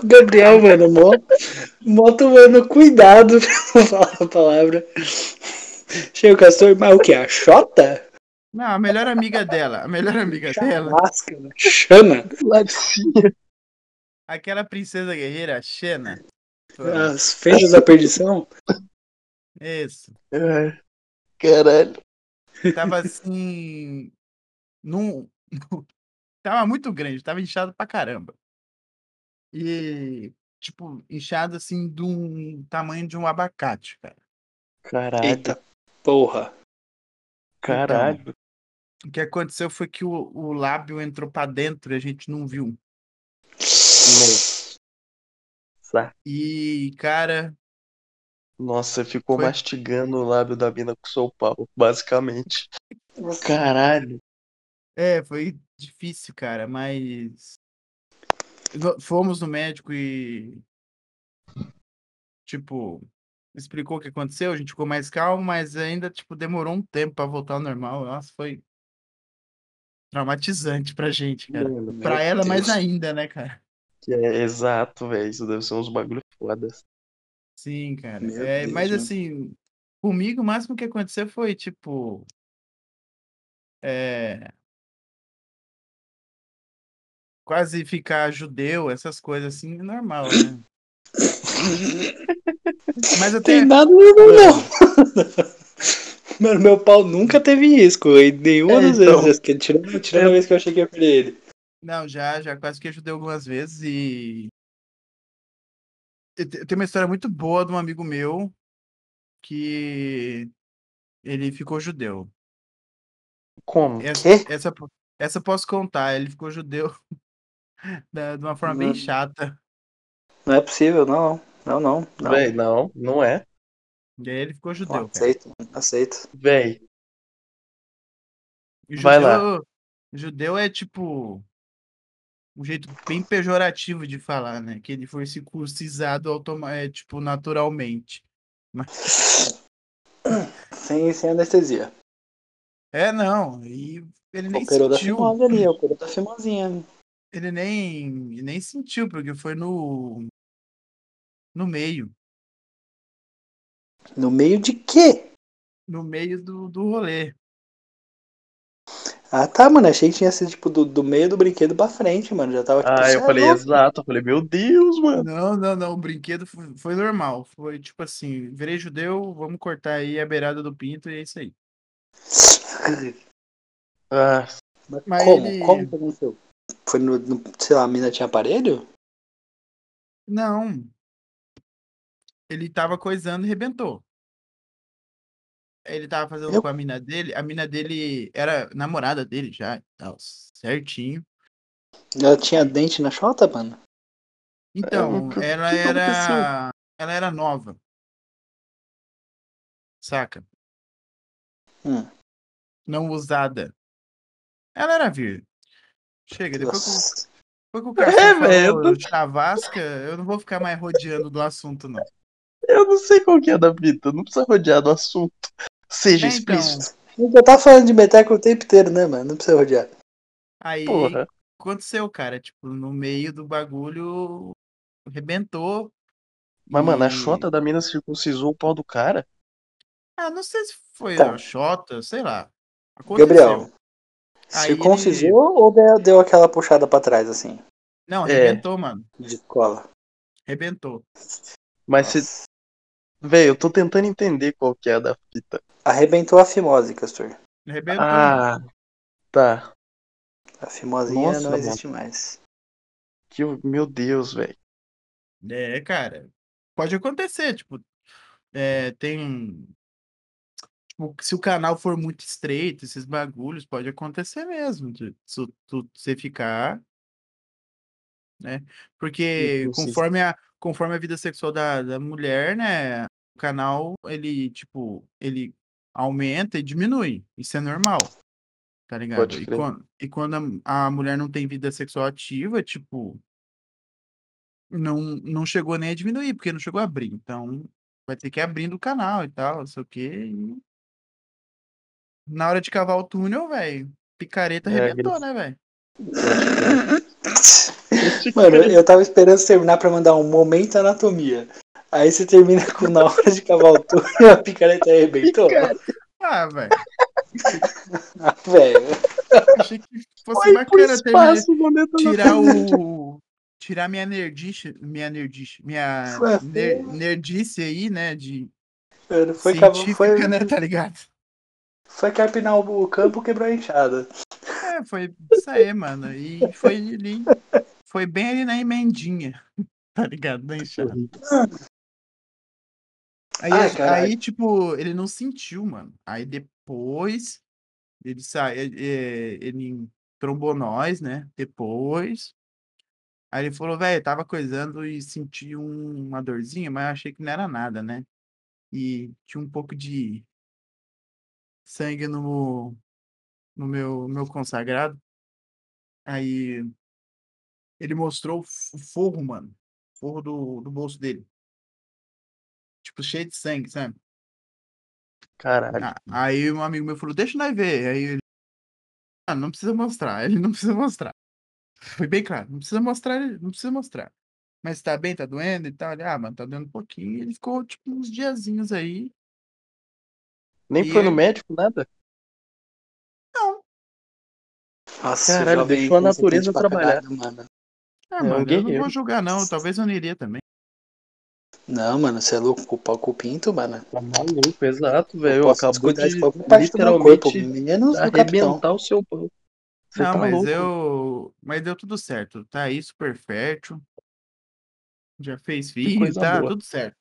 [SPEAKER 2] O Gabriel, mano, mó, mó tomando cuidado *laughs* pra não falar a palavra. Chega o castor, mas o que? A Xota?
[SPEAKER 1] Não, a melhor amiga dela, a melhor
[SPEAKER 2] *laughs*
[SPEAKER 1] amiga É dela,
[SPEAKER 2] Chamasca, né? Chama.
[SPEAKER 3] Latinha.
[SPEAKER 1] aquela princesa guerreira, a Xena. Pô,
[SPEAKER 2] As fendas da
[SPEAKER 1] *laughs*
[SPEAKER 2] Ah, perdição.
[SPEAKER 1] é Isso.
[SPEAKER 3] Ai, Caralho.
[SPEAKER 1] Tava assim. Num. *laughs* Tava muito grande, tava inchado pra caramba. E, tipo, inchado assim de um tamanho de um abacate, cara.
[SPEAKER 3] Caralho,
[SPEAKER 2] Eita porra.
[SPEAKER 3] caralho.
[SPEAKER 1] Então, O que aconteceu foi que o, o lábio entrou pra dentro e a gente não viu.
[SPEAKER 3] Nossa.
[SPEAKER 1] E, cara,
[SPEAKER 3] Nossa, ficou
[SPEAKER 1] Foi.
[SPEAKER 3] mastigando o lábio da mina com seu pau, basicamente. Caralho.
[SPEAKER 1] É, foi difícil, cara, mas no- fomos no médico e tipo explicou o que aconteceu, a gente ficou mais calmo, mas ainda tipo demorou um tempo pra voltar ao normal. Nossa, foi Traumatizante pra gente, cara.
[SPEAKER 3] Mano, meu
[SPEAKER 1] Pra ela, mais
[SPEAKER 3] Deus.
[SPEAKER 1] ainda, né, cara?
[SPEAKER 3] Que é exato, velho. Isso deve ser uns bagulho foda.
[SPEAKER 1] Sim, cara.
[SPEAKER 2] Meu
[SPEAKER 1] É,
[SPEAKER 2] Deus,
[SPEAKER 1] mas
[SPEAKER 2] né?
[SPEAKER 1] assim, comigo, o máximo que aconteceu foi, tipo. É... Quase ficar judeu, essas coisas assim, normal, né? Mas até.
[SPEAKER 2] Tem nada no não. Mano, meu pau nunca teve risco. E nenhuma
[SPEAKER 3] É,
[SPEAKER 2] das
[SPEAKER 3] então.
[SPEAKER 2] vezes. que- Tirando,
[SPEAKER 1] É.
[SPEAKER 2] tirando a vez que eu achei que ia perder ele.
[SPEAKER 1] Não, já, já quase que ajudei algumas vezes e. Eu te- eu tenho uma história muito boa de um amigo meu que ele ficou judeu.
[SPEAKER 3] Como?
[SPEAKER 1] Essa,
[SPEAKER 3] Quê?
[SPEAKER 1] essa, po- essa eu posso contar, ele ficou judeu *laughs* da- de uma forma bem
[SPEAKER 3] Hum.
[SPEAKER 2] Mano.
[SPEAKER 1] chata.
[SPEAKER 2] Não é possível, não. Não, não. Não,
[SPEAKER 3] Véi, não, não é.
[SPEAKER 1] E aí ele ficou
[SPEAKER 2] não
[SPEAKER 1] judeu, cara.
[SPEAKER 2] aceito. não aceito.
[SPEAKER 3] Véi,
[SPEAKER 1] E
[SPEAKER 3] vai lá.
[SPEAKER 1] judeu, judeu é tipo um jeito bem pejorativo de falar, né? Que ele foi circuncisado automa é, tipo, naturalmente.
[SPEAKER 2] Sem, sem anestesia.
[SPEAKER 1] É, não, e ele nem
[SPEAKER 2] Operou da
[SPEAKER 1] sentiu.
[SPEAKER 2] fimose ali, operou da fimosinha.
[SPEAKER 1] Ele nem, ele nem sentiu, porque foi no, no meio.
[SPEAKER 2] No meio de quê?
[SPEAKER 1] No meio do, do rolê.
[SPEAKER 2] Ah tá, mano, achei que tinha sido tipo do, do meio do brinquedo pra frente, mano. Já tava tipo,
[SPEAKER 3] Ah,
[SPEAKER 2] "Cê
[SPEAKER 3] eu
[SPEAKER 2] é
[SPEAKER 3] falei,
[SPEAKER 2] louco."
[SPEAKER 3] exato. Eu falei, meu Deus, mano.
[SPEAKER 1] Não, não, não. O brinquedo foi, foi normal. Foi tipo assim, virei judeu, vamos cortar aí a beirada do pinto e é isso aí.
[SPEAKER 3] Ah,
[SPEAKER 2] Mas
[SPEAKER 1] Mas
[SPEAKER 2] como?
[SPEAKER 1] ele-
[SPEAKER 2] Como que aconteceu? Foi no, no- Sei lá, a mina tinha aparelho?
[SPEAKER 1] Não, ele tava coisando e rebentou. Ele tava fazendo
[SPEAKER 2] Eu-
[SPEAKER 1] com a mina dele. A mina dele era namorada dele já, e tal, certinho.
[SPEAKER 2] Ela tinha dente na chota, mano?
[SPEAKER 1] Então,
[SPEAKER 3] o que- o
[SPEAKER 1] ela
[SPEAKER 3] que que É, aconteceu?
[SPEAKER 1] era, ela era nova, saca?
[SPEAKER 2] Hum.
[SPEAKER 1] Não usada. Ela era virgem. Chega, depois que, o-
[SPEAKER 2] Nossa.
[SPEAKER 1] depois que o
[SPEAKER 3] *laughs* É,
[SPEAKER 1] Cássio
[SPEAKER 3] velho, eu
[SPEAKER 1] falou chavasca, eu não vou ficar mais rodeando do assunto, não.
[SPEAKER 3] eu não sei qual que é da fita. Não precisa rodear do assunto. Seja
[SPEAKER 1] É, então,
[SPEAKER 3] explícito.
[SPEAKER 2] Eu já tá falando de Meteco o tempo inteiro, né, mano? Não precisa rodear.
[SPEAKER 1] aí
[SPEAKER 3] Porra.
[SPEAKER 1] aconteceu, cara, tipo, no meio do bagulho, arrebentou
[SPEAKER 3] Mas, mano, a
[SPEAKER 1] e...
[SPEAKER 3] chota da mina circuncisou o pau do cara?
[SPEAKER 1] Ah, não sei se foi
[SPEAKER 3] Tá.
[SPEAKER 2] Então.
[SPEAKER 1] a Xota, sei lá. Aconteceu.
[SPEAKER 2] Gabriel,
[SPEAKER 1] Aí ele-
[SPEAKER 2] circuncisou ou deu, deu aquela puxada pra trás, assim?
[SPEAKER 1] Não,
[SPEAKER 3] É.
[SPEAKER 1] arrebentou, mano.
[SPEAKER 2] De cola.
[SPEAKER 1] Arrebentou.
[SPEAKER 3] Mas você. Véi, eu tô tentando entender qual que é a da fita.
[SPEAKER 2] Arrebentou a fimose, Castor.
[SPEAKER 1] Arrebentou, mano.
[SPEAKER 3] Ah, tá.
[SPEAKER 2] A fimosinha
[SPEAKER 3] Nossa,
[SPEAKER 2] não
[SPEAKER 3] mano.
[SPEAKER 2] existe mais.
[SPEAKER 3] Que... Meu Deus, velho.
[SPEAKER 1] É, cara. Pode acontecer, tipo, é, tem. Tipo, se o canal for muito estreito, esses bagulhos, pode acontecer mesmo. De, se tu, você ficar, né? Porque conforme a, conforme a vida sexual da, da mulher, né? O canal, ele, tipo, ele aumenta e diminui. Isso é normal, tá ligado?
[SPEAKER 3] Pode
[SPEAKER 1] E
[SPEAKER 3] crer.
[SPEAKER 1] quando, e quando a, a mulher não tem vida sexual ativa, tipo, não, não chegou nem a diminuir, porque não chegou a abrir. Então, vai ter que ir abrindo o canal e tal, não sei o quê. e- Na hora de cavar o túnel, velho, picareta
[SPEAKER 3] É,
[SPEAKER 1] arrebentou, né, velho?
[SPEAKER 2] Mano, eu tava esperando você terminar pra mandar um momento anatomia. Aí você termina com na hora de cavaltura e *laughs* a picareta arrebentou.
[SPEAKER 1] Ah, velho,
[SPEAKER 2] Ah, velho.
[SPEAKER 1] achei
[SPEAKER 3] *laughs*
[SPEAKER 1] que fosse
[SPEAKER 3] Foi pro
[SPEAKER 1] bacana terminar,
[SPEAKER 3] espaço, mano. eu tô na-
[SPEAKER 1] tirar o... Tirar minha nerdice, minha nerdice, minha
[SPEAKER 2] Ué,
[SPEAKER 1] ner- nerdice aí, né, de
[SPEAKER 2] Mano, foi, cavar-
[SPEAKER 1] científica, *laughs*
[SPEAKER 2] foi,
[SPEAKER 1] né, tá ligado?
[SPEAKER 2] foi carpinar o campo, quebrou a enxada.
[SPEAKER 1] É, foi isso aí, mano, e foi ali, foi bem ali na emendinha, *laughs* tá ligado, na enxada. Aí,
[SPEAKER 2] Ai,
[SPEAKER 1] a-
[SPEAKER 2] caralho.
[SPEAKER 1] aí, tipo, ele não sentiu, mano. Aí depois ele sai, ele, eh, ele trombou nós, né? Depois. Aí ele falou, velho, tava coisando e senti um- uma dorzinha, mas eu achei que não era nada, né? E tinha um pouco de sangue no, no meu, meu consagrado. Aí ele mostrou o f- o forro, mano. O forro do, do bolso dele. Tipo, cheio de sangue, sabe?
[SPEAKER 3] Caralho.
[SPEAKER 1] Ah, Aí um amigo meu falou, deixa nós ver. Aí Ah, não precisa mostrar, *laughs* ele não precisa mostrar. Foi bem claro, não precisa mostrar, ele- não precisa mostrar. Mas tá bem, tá doendo e tal. Ele, ah, mano, tá doendo um pouquinho. Ele ficou, tipo, uns diazinhos aí.
[SPEAKER 3] Nem
[SPEAKER 1] E
[SPEAKER 3] foi no
[SPEAKER 1] ele-
[SPEAKER 3] médico, nada?
[SPEAKER 2] Nossa,
[SPEAKER 3] Caralho,
[SPEAKER 2] jovem
[SPEAKER 3] deixou a
[SPEAKER 2] incompetente
[SPEAKER 3] natureza
[SPEAKER 2] pra
[SPEAKER 3] trabalhar.
[SPEAKER 2] caralho, mano.
[SPEAKER 1] Ah,
[SPEAKER 3] É, um
[SPEAKER 1] mano, eu não
[SPEAKER 3] guerreiro.
[SPEAKER 1] vou julgar, não. Talvez eu não iria também.
[SPEAKER 2] Não, mano, você é louco, culpar o Cupinto, mano.
[SPEAKER 3] Tá maluco, exato, velho.
[SPEAKER 2] Eu posso
[SPEAKER 3] Acabou
[SPEAKER 2] discordar de
[SPEAKER 3] de
[SPEAKER 2] qualquer parte do meu corpo,
[SPEAKER 3] literalmente
[SPEAKER 2] menos do capitão.
[SPEAKER 3] arrebentar o seu pão. Você
[SPEAKER 1] não,
[SPEAKER 3] tá
[SPEAKER 1] mas
[SPEAKER 3] louco.
[SPEAKER 1] eu. Mas deu tudo certo. Tá aí, super fértil. Já fez filho,
[SPEAKER 3] coisa
[SPEAKER 1] tá
[SPEAKER 3] boa.
[SPEAKER 1] tudo certo.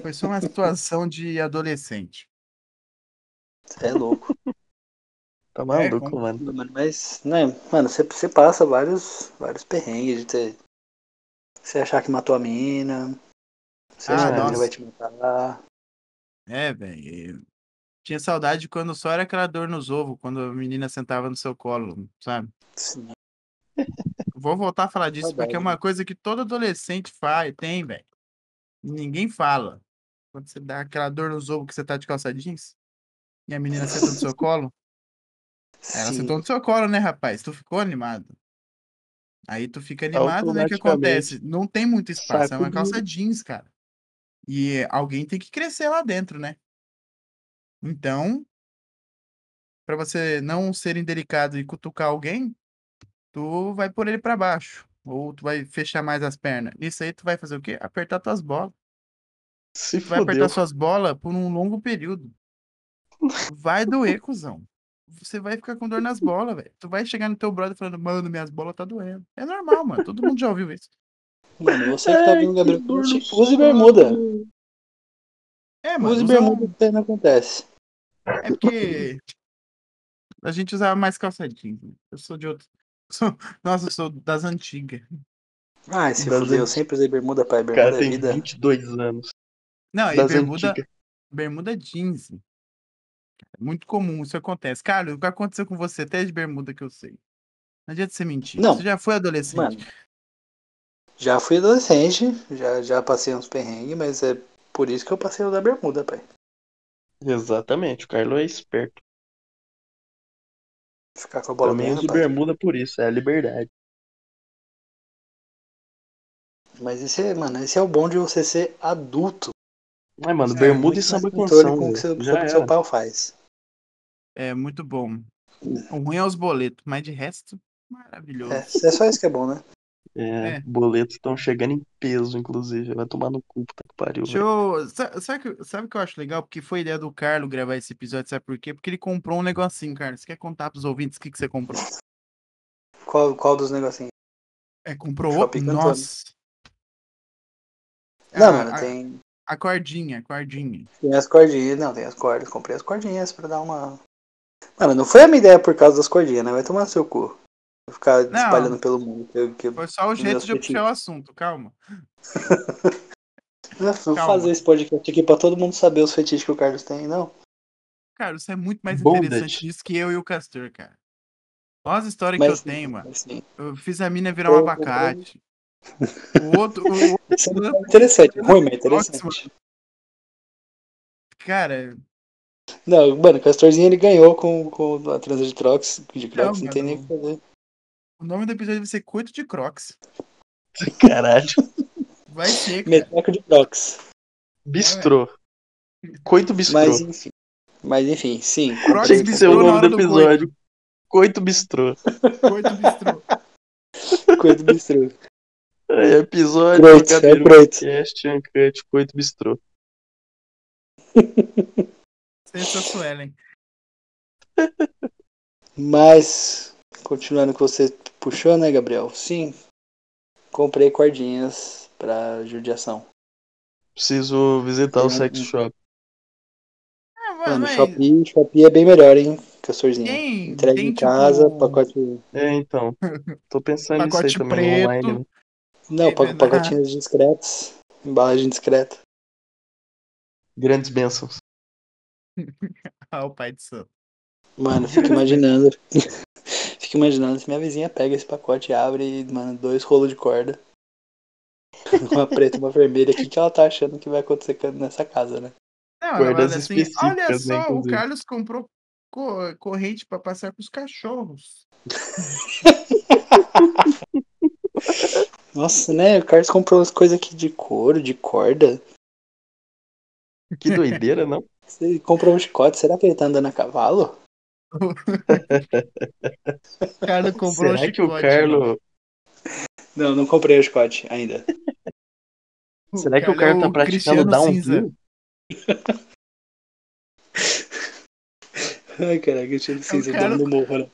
[SPEAKER 1] Foi só uma situação de adolescente.
[SPEAKER 2] Você é louco.
[SPEAKER 3] Tá maluco,
[SPEAKER 1] É, como-
[SPEAKER 3] mano.
[SPEAKER 2] Mano, mas, né, mano, você, você passa vários, vários perrengues de ter. Você achar que matou a mina. Você
[SPEAKER 1] Ah,
[SPEAKER 2] achar que a
[SPEAKER 1] nossa.
[SPEAKER 2] mina vai te matar.
[SPEAKER 1] É, velho. eu Tinha saudade quando só era aquela dor nos ovos, quando a menina sentava no seu colo, sabe?
[SPEAKER 2] Sim.
[SPEAKER 1] Vou voltar a falar disso
[SPEAKER 2] Saudade,
[SPEAKER 1] porque é
[SPEAKER 3] né?
[SPEAKER 1] uma coisa que todo adolescente faz, tem, velho. E Ninguém fala. Quando você dá aquela dor nos ovos que você tá de calça jeans e a menina senta no seu colo. Ela
[SPEAKER 2] Sim.
[SPEAKER 1] sentou no seu colo, né, rapaz? Tu ficou animado. Aí tu fica animado, né? O que
[SPEAKER 3] É, Automaticamente.
[SPEAKER 1] acontece? Não tem muito espaço, é
[SPEAKER 3] Saco
[SPEAKER 1] uma calça
[SPEAKER 3] duro.
[SPEAKER 1] jeans, cara. E eh, alguém tem que crescer lá dentro, né? Então, pra você não ser indelicado e cutucar alguém, tu vai pôr ele pra baixo. Ou tu vai fechar mais as pernas. Isso aí tu vai fazer o quê? Apertar tuas bolas.
[SPEAKER 3] Se
[SPEAKER 1] Tu vai apertar
[SPEAKER 3] fodeu.
[SPEAKER 1] suas bolas por um longo período. Vai
[SPEAKER 2] *laughs*
[SPEAKER 1] doer, cuzão. Você vai ficar com dor nas bolas, velho. Tu vai chegar no teu brother falando, mano, minhas bolas tá doendo. É normal, mano. Todo mundo já ouviu isso.
[SPEAKER 2] Mano, você que tá
[SPEAKER 3] Ai,
[SPEAKER 2] vendo o
[SPEAKER 3] que
[SPEAKER 2] Gabriel
[SPEAKER 3] dor
[SPEAKER 2] Ponte,
[SPEAKER 3] no
[SPEAKER 2] use bermuda.
[SPEAKER 3] sono.
[SPEAKER 1] É, mano,
[SPEAKER 2] Use
[SPEAKER 1] usa
[SPEAKER 2] bermuda
[SPEAKER 1] um...
[SPEAKER 2] que não acontece.
[SPEAKER 1] É porque a gente usava mais calça jeans. né? Eu sou de outro. *laughs* sou- Nossa, eu sou das antigas.
[SPEAKER 2] Ai, se
[SPEAKER 3] Das
[SPEAKER 2] fuder, eu
[SPEAKER 3] anti-
[SPEAKER 2] sempre usei bermuda, pai.
[SPEAKER 3] O cara
[SPEAKER 2] Bermuda é
[SPEAKER 3] tem
[SPEAKER 2] vida.
[SPEAKER 3] 22 anos.
[SPEAKER 1] Não, e
[SPEAKER 3] Das
[SPEAKER 1] bermuda,
[SPEAKER 3] antigas.
[SPEAKER 1] bermuda jeans. cara, É muito comum, isso acontece. Cara, o que aconteceu com você até de bermuda que eu sei? Não adianta você mentir.
[SPEAKER 2] Não,
[SPEAKER 1] Você já foi adolescente.
[SPEAKER 2] mano, já fui adolescente, já, já passei uns perrengues, mas é por isso que eu passei o da bermuda, pai.
[SPEAKER 3] Exatamente, o Carlos é esperto.
[SPEAKER 2] Ficar com a bola
[SPEAKER 3] Também
[SPEAKER 2] doendo,
[SPEAKER 3] uso
[SPEAKER 2] pai.
[SPEAKER 3] bermuda tá por isso, é a liberdade.
[SPEAKER 2] Mas esse é, mano, esse é o bom de você ser adulto.
[SPEAKER 3] Ai, mano,
[SPEAKER 1] É,
[SPEAKER 3] bermuda e
[SPEAKER 2] Muito mais
[SPEAKER 3] samba
[SPEAKER 2] controle
[SPEAKER 3] canção,
[SPEAKER 2] com o que tá
[SPEAKER 3] velho.
[SPEAKER 2] seu,
[SPEAKER 3] Já
[SPEAKER 2] sobre o que seu
[SPEAKER 3] era.
[SPEAKER 2] pau faz.
[SPEAKER 1] É muito bom. O ruim é os boletos, mas de resto,
[SPEAKER 2] É,
[SPEAKER 1] maravilhoso.
[SPEAKER 2] é só isso que é bom, né?
[SPEAKER 3] É,
[SPEAKER 1] É.
[SPEAKER 3] boletos estão chegando em peso, inclusive. Vai tomar no cu, puta que pariu,
[SPEAKER 1] Deixa
[SPEAKER 3] velho.
[SPEAKER 1] eu... sa- Sabe, que- sabe o que eu acho legal? Porque foi ideia do Carlos gravar esse episódio, sabe por quê? Porque ele comprou um negocinho, Carlos. Você quer contar pros ouvintes o que, que você comprou?
[SPEAKER 2] Qual, qual dos negocinhos?
[SPEAKER 1] É, comprou outro?
[SPEAKER 2] Shopping cantando.
[SPEAKER 1] Nossa! É,
[SPEAKER 2] Não, mano,
[SPEAKER 1] A, a,
[SPEAKER 2] tem,
[SPEAKER 1] a cordinha, a cordinha.
[SPEAKER 2] tem as cordinhas. Não, tem as cordas. Comprei as cordinhas pra dar uma. Mano, não foi a minha ideia por causa das cordinhas, né? Vai tomar no seu cu. Ficar espalhando
[SPEAKER 1] Não,
[SPEAKER 2] pelo mundo. que eu- que eu-
[SPEAKER 1] foi só o jeito
[SPEAKER 2] meus
[SPEAKER 1] de eu puxar
[SPEAKER 2] petites.
[SPEAKER 1] o assunto, calma.
[SPEAKER 2] Eu Vou fazer
[SPEAKER 1] Calma.
[SPEAKER 2] esse podcast aqui pra todo mundo saber os fetiches que o Carlos tem, não?
[SPEAKER 1] Cara, isso é muito mais interessante
[SPEAKER 3] Bondage.
[SPEAKER 1] isso que eu e o Castor, cara. Olha as histórias que eu
[SPEAKER 2] Mas,
[SPEAKER 1] tenho, mano.
[SPEAKER 2] assim,
[SPEAKER 1] Eu fiz a mina virar um
[SPEAKER 2] eu comprei.
[SPEAKER 1] abacate. O outro, o outro
[SPEAKER 2] Isso é
[SPEAKER 1] lance
[SPEAKER 2] interessante,
[SPEAKER 1] era
[SPEAKER 2] ruim, mas é
[SPEAKER 1] Xbox, mano.
[SPEAKER 2] interessante.
[SPEAKER 1] Cara,
[SPEAKER 2] Não, mano, o Castorzinho ele ganhou com, com a transa de Crocs, de
[SPEAKER 1] não,
[SPEAKER 2] Crocs, não tem nem o que
[SPEAKER 1] mano.
[SPEAKER 2] fazer.
[SPEAKER 1] O nome do episódio vai ser Coito de Crocs.
[SPEAKER 3] Caralho.
[SPEAKER 1] Vai ser, cara.
[SPEAKER 2] Meteco de Crocs.
[SPEAKER 3] Bistrô. Coito
[SPEAKER 2] Mas
[SPEAKER 3] bistrô.
[SPEAKER 2] enfim. Mas enfim, sim,
[SPEAKER 1] Crocs
[SPEAKER 3] Tem
[SPEAKER 2] comprei,
[SPEAKER 3] que ser
[SPEAKER 1] bistrô
[SPEAKER 3] o
[SPEAKER 2] comprei.
[SPEAKER 1] na
[SPEAKER 3] nome do
[SPEAKER 1] hora do coito.
[SPEAKER 3] episódio. Coito bistrô.
[SPEAKER 1] Coito bistrô.
[SPEAKER 2] Coisa do bistrô.
[SPEAKER 3] É, episódio do
[SPEAKER 2] Croito, é o
[SPEAKER 3] Gabiru
[SPEAKER 2] Croito.
[SPEAKER 3] Podcast Uncut, Coito bistrô.
[SPEAKER 1] Sensacional, hein?
[SPEAKER 2] Mas, continuando o que você puxou, né, Gabriel? Sim, comprei cordinhas pra judiação.
[SPEAKER 3] Preciso visitar
[SPEAKER 2] Tem
[SPEAKER 1] É.
[SPEAKER 3] o
[SPEAKER 2] um-
[SPEAKER 3] sex shop.
[SPEAKER 1] Ah, mas,
[SPEAKER 2] Mano,
[SPEAKER 1] mas
[SPEAKER 2] Shopee, Shopee é bem melhor, hein, Castorzinho?
[SPEAKER 1] tem,
[SPEAKER 2] Entrega em
[SPEAKER 1] tem
[SPEAKER 2] casa,
[SPEAKER 1] tipo
[SPEAKER 2] pacote.
[SPEAKER 3] É,
[SPEAKER 1] *laughs*
[SPEAKER 3] então. Tô pensando nisso aí
[SPEAKER 1] pacote
[SPEAKER 3] também, no online,
[SPEAKER 1] preto.
[SPEAKER 3] né?
[SPEAKER 2] Não,
[SPEAKER 1] Teve
[SPEAKER 2] pa-
[SPEAKER 1] na-
[SPEAKER 2] pacotinhos discretos, embalagem discreta.
[SPEAKER 3] Grandes bênçãos.
[SPEAKER 1] Ah, o pai de santo.
[SPEAKER 2] Mano, fico imaginando. *laughs* Fico imaginando se minha vizinha pega esse pacote, abre e, mano, dois rolos de corda. Uma preta e uma vermelha. O que, que ela tá achando que vai acontecer com- nessa casa, né?
[SPEAKER 1] Não, ela vai
[SPEAKER 3] Cordas
[SPEAKER 1] olhar assim, olha
[SPEAKER 3] específicas, né,
[SPEAKER 1] só, o
[SPEAKER 3] inclusive.
[SPEAKER 1] Carlos comprou co- corrente pra passar com os cachorros.
[SPEAKER 2] Nossa, né? O Carlos comprou umas coisas aqui de couro, de corda.
[SPEAKER 3] Que doideira, não?
[SPEAKER 2] Ele comprou um chicote. Será que ele tá andando a cavalo?
[SPEAKER 1] O cara *laughs* comprou um
[SPEAKER 3] Será que o
[SPEAKER 1] chicote, mano.
[SPEAKER 3] Carlo.
[SPEAKER 2] Não, não comprei o chicote ainda.
[SPEAKER 3] Será que o
[SPEAKER 1] cara
[SPEAKER 3] Carlo tá praticando
[SPEAKER 1] é um Cristiano assim,
[SPEAKER 3] downhill?
[SPEAKER 2] Ai, caraca, eu tinha licença
[SPEAKER 1] quero-
[SPEAKER 2] dono do morro. né?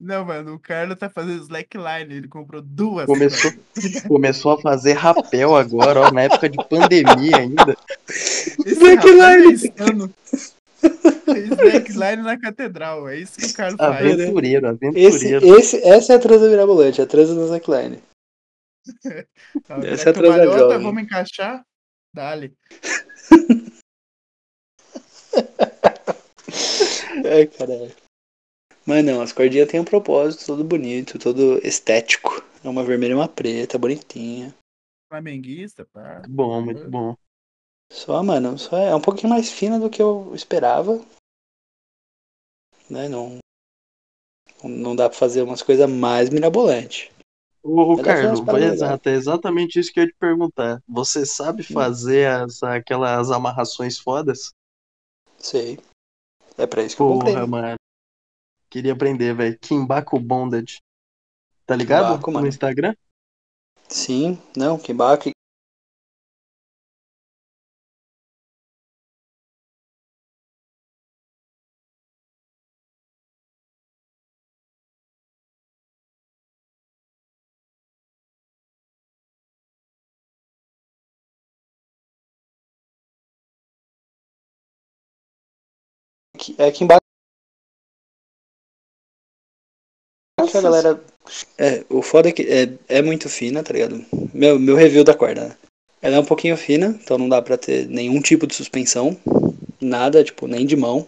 [SPEAKER 1] Não, mano, o Carlo tá fazendo slackline. Ele comprou duas.
[SPEAKER 3] Começou,
[SPEAKER 1] mano. *laughs*
[SPEAKER 3] começou a fazer rapel agora, ó, na época de pandemia ainda.
[SPEAKER 1] Esse
[SPEAKER 2] Slackline!
[SPEAKER 1] rapaz tá insano. Slackline na catedral. É isso que o Carlo
[SPEAKER 3] Ah,
[SPEAKER 1] faz.
[SPEAKER 2] vendo?
[SPEAKER 3] Aventureiro,
[SPEAKER 2] Esse,
[SPEAKER 3] aventureiro.
[SPEAKER 2] esse, essa é a transa mirabolante, a transa da Zackline.
[SPEAKER 1] Tá, será que
[SPEAKER 2] Essa é transa
[SPEAKER 1] o Malhota,
[SPEAKER 2] jovem.
[SPEAKER 1] vamos encaixar? Dale.
[SPEAKER 2] Ai, caralho. Mas não, as cordinhas têm um propósito todo bonito, todo estético. É uma vermelha e uma preta, bonitinha.
[SPEAKER 1] Flamenguista,
[SPEAKER 2] é
[SPEAKER 1] pá.
[SPEAKER 3] Muito bom, muito bom.
[SPEAKER 2] Só, mano, só é um pouquinho mais fina do que eu esperava. Né, não, não dá pra fazer umas coisas mais mirabolantes.
[SPEAKER 3] Ô, ô
[SPEAKER 2] Ela faz
[SPEAKER 3] Carlos,
[SPEAKER 2] umas paradas
[SPEAKER 3] exato, é exatamente isso que eu ia te perguntar. Você sabe fazer as, aquelas amarrações fodas?
[SPEAKER 2] Sei. É pra isso que eu comprei.
[SPEAKER 3] Porra,
[SPEAKER 2] né?
[SPEAKER 3] mano. Queria aprender, velho. Kimbaku Bondage. Tá ligado?
[SPEAKER 2] Kimbaku, mano.
[SPEAKER 3] No Instagram?
[SPEAKER 2] Sim, não, que baque. É que embaixo que a galera. É, o foda é que é, é muito fina, tá ligado? Meu, meu review da corda, né? Ela é um pouquinho fina, então não dá pra ter nenhum tipo de suspensão. Nada, tipo, nem de mão.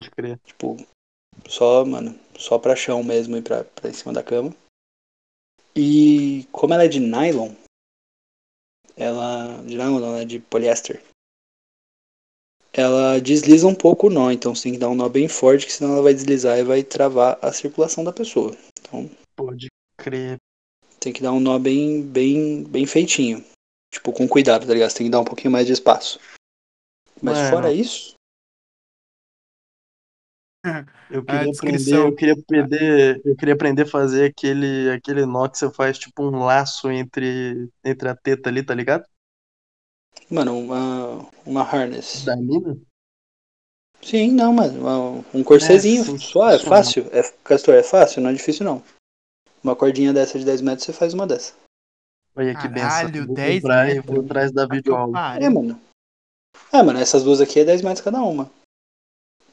[SPEAKER 3] Pode crer.
[SPEAKER 2] Tipo, só, mano, só pra chão mesmo e pra, pra em cima da cama. E como ela é de nylon, ela. De nylon não, ela é de poliéster. Ela desliza um pouco o nó, então você tem que dar um nó bem forte, que senão ela vai deslizar e vai travar a circulação da pessoa.
[SPEAKER 3] Pode crer.
[SPEAKER 2] Tem que dar um nó bem, bem, bem feitinho. Tipo, com cuidado, tá ligado? Você tem que dar um pouquinho mais de espaço. Mas
[SPEAKER 3] Mano.
[SPEAKER 2] fora isso,
[SPEAKER 3] Eu
[SPEAKER 1] Ah,
[SPEAKER 3] queria aprender,
[SPEAKER 1] descrição.
[SPEAKER 3] eu queria aprender, eu queria aprender a fazer aquele, aquele nó que você faz tipo um laço entre, entre a teta ali, tá ligado?
[SPEAKER 2] mano, uma, uma harness.
[SPEAKER 3] Da mina.
[SPEAKER 2] Sim, não, mas uma- um corsezinho,
[SPEAKER 3] É, sim,
[SPEAKER 2] só, é
[SPEAKER 3] sim.
[SPEAKER 2] fácil. É, Castor, é fácil, não é difícil não. Uma cordinha dessa de 10 metros, você faz uma dessa.
[SPEAKER 3] Olha que benção.
[SPEAKER 1] Caralho,
[SPEAKER 3] Vou
[SPEAKER 1] 10
[SPEAKER 3] comprar e
[SPEAKER 1] metros.
[SPEAKER 3] vou atrás da videoaula.
[SPEAKER 2] É, mano. É, mano, essas duas aqui é 10 metros cada uma.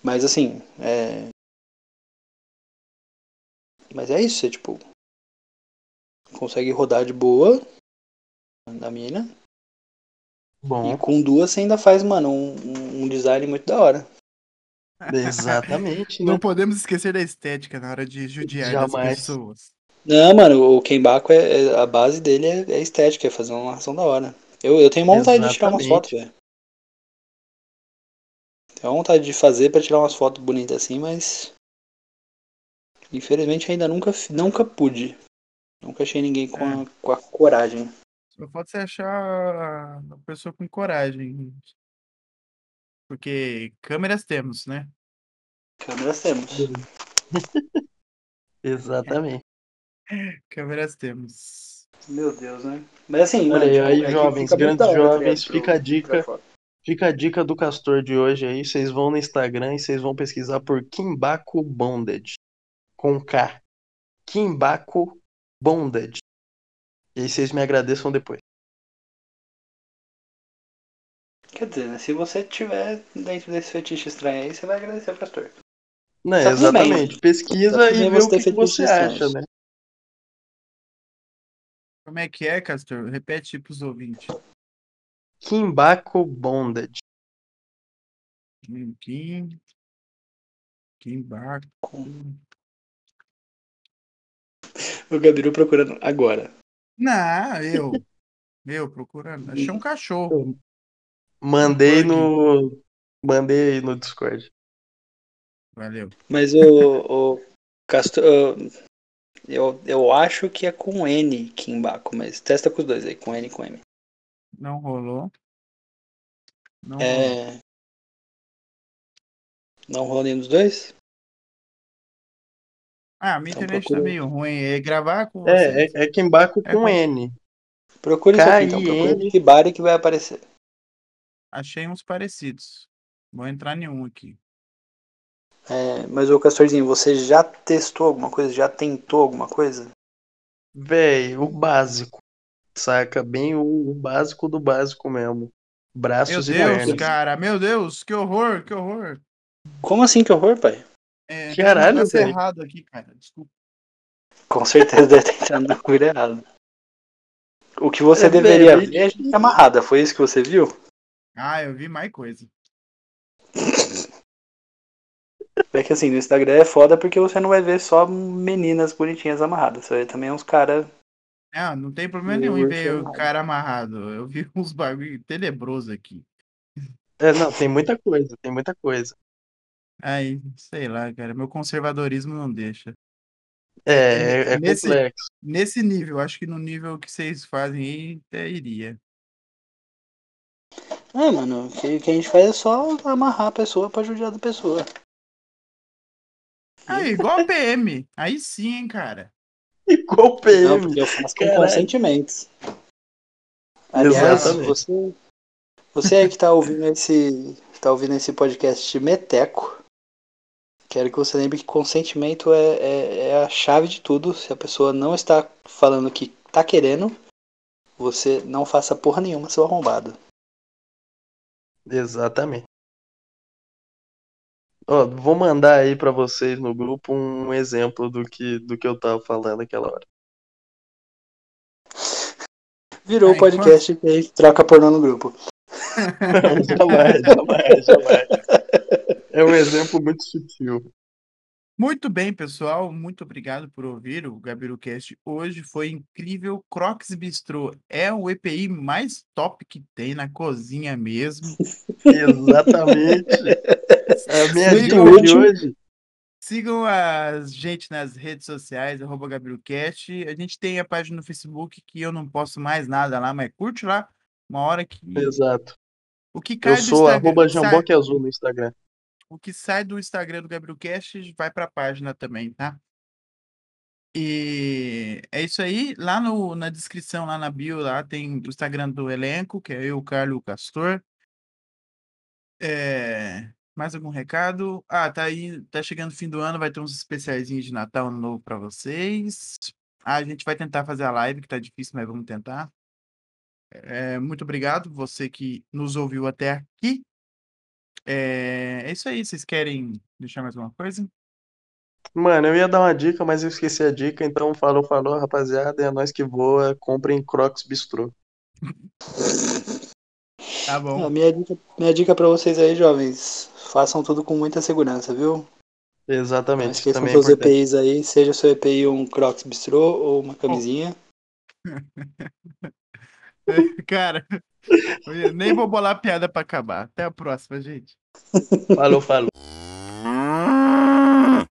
[SPEAKER 2] Mas assim, é. Mas é isso, você tipo. Consegue rodar de boa na mina.
[SPEAKER 1] *laughs*
[SPEAKER 2] E
[SPEAKER 3] Bom,
[SPEAKER 2] com duas você ainda faz, mano, um, um- um design muito da hora.
[SPEAKER 3] exatamente, né?
[SPEAKER 1] Não podemos esquecer da estética na hora de judiar
[SPEAKER 3] Jamais.
[SPEAKER 1] das pessoas.
[SPEAKER 2] Não, mano, o Kenbaku, é, é- a base dele é, é estética, é fazer uma narração da hora. Eu, eu tenho vontade de tirar umas
[SPEAKER 3] Exatamente.
[SPEAKER 2] fotos, velho. Tenho vontade de fazer pra tirar umas fotos bonitas assim, mas. Infelizmente ainda nunca, fi- nunca pude. Nunca achei ninguém com,
[SPEAKER 3] É.
[SPEAKER 2] a, com a coragem.
[SPEAKER 1] Só pode você achar uma pessoa com coragem. Porque câmeras temos, né?
[SPEAKER 2] Câmeras temos.
[SPEAKER 3] Exatamente.
[SPEAKER 1] Câmeras temos.
[SPEAKER 2] Meu Deus, né? Mas assim,
[SPEAKER 3] Olha
[SPEAKER 2] mano,
[SPEAKER 3] aí,
[SPEAKER 2] tipo,
[SPEAKER 3] aí,
[SPEAKER 2] é que
[SPEAKER 3] jovens,
[SPEAKER 2] fica muito
[SPEAKER 3] grandes
[SPEAKER 2] da hora, tá ligado?
[SPEAKER 3] jovens,
[SPEAKER 2] Pro-
[SPEAKER 3] fica a dica.
[SPEAKER 2] pra foto.
[SPEAKER 3] Fica a dica do Castor de hoje aí. Vocês vão no Instagram e vocês vão pesquisar por Kimbaku Bonded. Com K. Kimbaku Bonded. E aí vocês me agradeçam depois.
[SPEAKER 2] Quer dizer, né? Se você tiver dentro desse fetiche estranho aí, você vai agradecer ao pastor.
[SPEAKER 3] Não,
[SPEAKER 2] Tá tudo bem.
[SPEAKER 3] exatamente. Pesquisa
[SPEAKER 2] Tá tudo
[SPEAKER 3] e
[SPEAKER 2] bem
[SPEAKER 3] vê o
[SPEAKER 2] você ter
[SPEAKER 3] que, que
[SPEAKER 2] feito
[SPEAKER 3] você
[SPEAKER 2] pesquisas.
[SPEAKER 3] acha, né?
[SPEAKER 1] Como é que é, Castor? Repete pros ouvintes.
[SPEAKER 3] Kimbaku Bonded.
[SPEAKER 1] Kim, Kim, Kim Baco.
[SPEAKER 2] O Gabiru procurando agora.
[SPEAKER 1] Não, eu. Eu procurando. Achei um cachorro.
[SPEAKER 3] Mandei no. Mandei aí no Discord.
[SPEAKER 1] Valeu.
[SPEAKER 2] Mas o, o Castor. Eu, eu acho que é com N Kimbaco, mas testa com os dois aí, com N e com M.
[SPEAKER 1] Não rolou. Não rolou.
[SPEAKER 2] É. Não rolou nenhum dos dois?
[SPEAKER 1] Ah, minha
[SPEAKER 2] então
[SPEAKER 1] internet
[SPEAKER 2] procura-
[SPEAKER 1] tá meio ruim. É gravar com
[SPEAKER 3] É,
[SPEAKER 1] vocês.
[SPEAKER 3] é, é Kimbaco
[SPEAKER 1] É
[SPEAKER 3] com
[SPEAKER 1] com-
[SPEAKER 3] N.
[SPEAKER 2] Procura isso aqui então,
[SPEAKER 3] K-I-N.
[SPEAKER 2] procura Kibari que vai aparecer.
[SPEAKER 1] Achei uns parecidos. Vou entrar nenhum aqui.
[SPEAKER 2] É, mas o Castorzinho, você já testou alguma coisa? Já tentou alguma coisa?
[SPEAKER 3] Véi, o básico. Saca? Bem o, o básico do básico mesmo.
[SPEAKER 1] Meu
[SPEAKER 3] Braços e
[SPEAKER 1] Deus,
[SPEAKER 3] pernas.
[SPEAKER 1] cara. Meu Deus, que horror, que horror.
[SPEAKER 2] Como assim que horror, pai?
[SPEAKER 1] É,
[SPEAKER 3] Caralho,
[SPEAKER 1] tá
[SPEAKER 3] velho.
[SPEAKER 1] errado aqui, cara. Desculpa.
[SPEAKER 2] Com certeza deve ter entrado na *laughs* cura errada. O que você
[SPEAKER 3] É, velho,
[SPEAKER 2] deveria
[SPEAKER 3] bem
[SPEAKER 2] ver é a gente amarrada, foi isso que você viu?
[SPEAKER 1] Ah, eu vi mais coisa.
[SPEAKER 2] É que assim, no Instagram é foda porque você não vai ver só meninas bonitinhas amarradas, você vai ver também uns caras.
[SPEAKER 1] Ah, não tem problema
[SPEAKER 2] Meu
[SPEAKER 1] nenhum em
[SPEAKER 2] Deus,
[SPEAKER 1] ver o
[SPEAKER 2] cara.
[SPEAKER 1] cara amarrado. Eu vi *laughs* uns bagulho tenebroso aqui.
[SPEAKER 3] É, não, tem muita coisa, tem muita coisa.
[SPEAKER 1] Aí, sei lá, cara. Meu conservadorismo não deixa.
[SPEAKER 3] É, é, é
[SPEAKER 1] Nesse-
[SPEAKER 3] complexo. *laughs*
[SPEAKER 1] Nesse nível, acho que no nível que vocês fazem aí, até iria.
[SPEAKER 2] Ah, mano, o que, o que a gente faz é só amarrar a pessoa pra judiar da pessoa.
[SPEAKER 1] Ah, igual a PM. Aí sim, hein, cara.
[SPEAKER 3] Igual o
[SPEAKER 2] Não,
[SPEAKER 3] PM.
[SPEAKER 2] porque eu faço com
[SPEAKER 3] Caralho.
[SPEAKER 2] consentimentos. Aliás,
[SPEAKER 3] Exatamente.
[SPEAKER 2] você, você aí que tá ouvindo esse, que tá ouvindo esse podcast Meteco, quero que você lembre que consentimento é, é, é a chave de tudo. Se a pessoa não está falando que tá querendo, você não faça porra nenhuma, seu arrombado.
[SPEAKER 3] Exatamente. Ó, vou mandar aí pra vocês no grupo um exemplo do que, do que eu tava falando
[SPEAKER 1] *laughs*
[SPEAKER 3] aquela hora. É,
[SPEAKER 2] Virou
[SPEAKER 3] então.
[SPEAKER 1] Ah,
[SPEAKER 2] o podcast que a gente troca pornô no grupo.
[SPEAKER 3] Jamais, jamais, jamais. É um exemplo muito sutil.
[SPEAKER 1] Muito bem, pessoal. Muito obrigado por ouvir o GabiruCast hoje. Foi incrível. Crocs Bistrô é o EPI mais top que tem na cozinha mesmo.
[SPEAKER 3] Exatamente. É A minha
[SPEAKER 2] Muito
[SPEAKER 3] dica de
[SPEAKER 2] útil.
[SPEAKER 3] hoje.
[SPEAKER 1] Sigam a gente nas redes sociais, arroba GabiruCast. A gente tem a página no Facebook que eu não posto mais nada lá, mas curte lá. Uma hora que.
[SPEAKER 3] Exato.
[SPEAKER 1] O que cai
[SPEAKER 3] Eu
[SPEAKER 1] do
[SPEAKER 3] sou
[SPEAKER 1] Instagram-
[SPEAKER 3] arroba
[SPEAKER 1] sai-
[SPEAKER 3] Jamboque Azul no Instagram.
[SPEAKER 1] O que sai do Instagram do Gabriel Cast vai para a página também, tá? E é isso aí. Lá no, na descrição, lá na bio, lá tem o Instagram do elenco, que é eu, Carlos e o Castor. É, Mais algum recado? Ah, tá aí, tá chegando o fim do ano, vai ter uns especiaizinhos de Natal ano novo para vocês. Ah, a gente vai tentar fazer a live, que tá difícil, mas vamos tentar. É, muito obrigado, você que nos ouviu até aqui. É, é isso aí. Vocês querem deixar mais alguma coisa?
[SPEAKER 3] Mano, eu ia dar uma dica, mas eu esqueci a dica, então falou, falou, rapaziada. É nós que voa, comprem Crocs Bistrô.
[SPEAKER 1] Tá bom.
[SPEAKER 2] A minha dica, minha dica pra vocês aí, jovens, façam tudo com muita segurança, viu? Não
[SPEAKER 3] Exatamente, isso
[SPEAKER 2] esqueçam
[SPEAKER 3] também é
[SPEAKER 2] seus
[SPEAKER 3] importante.
[SPEAKER 2] EPIs aí, seja seu EPI um Crocs Bistrô ou uma camisinha.
[SPEAKER 1] *laughs* Cara, *laughs* eu nem vou bolar piada pra acabar. Até a próxima, gente.
[SPEAKER 3] Falou, falou.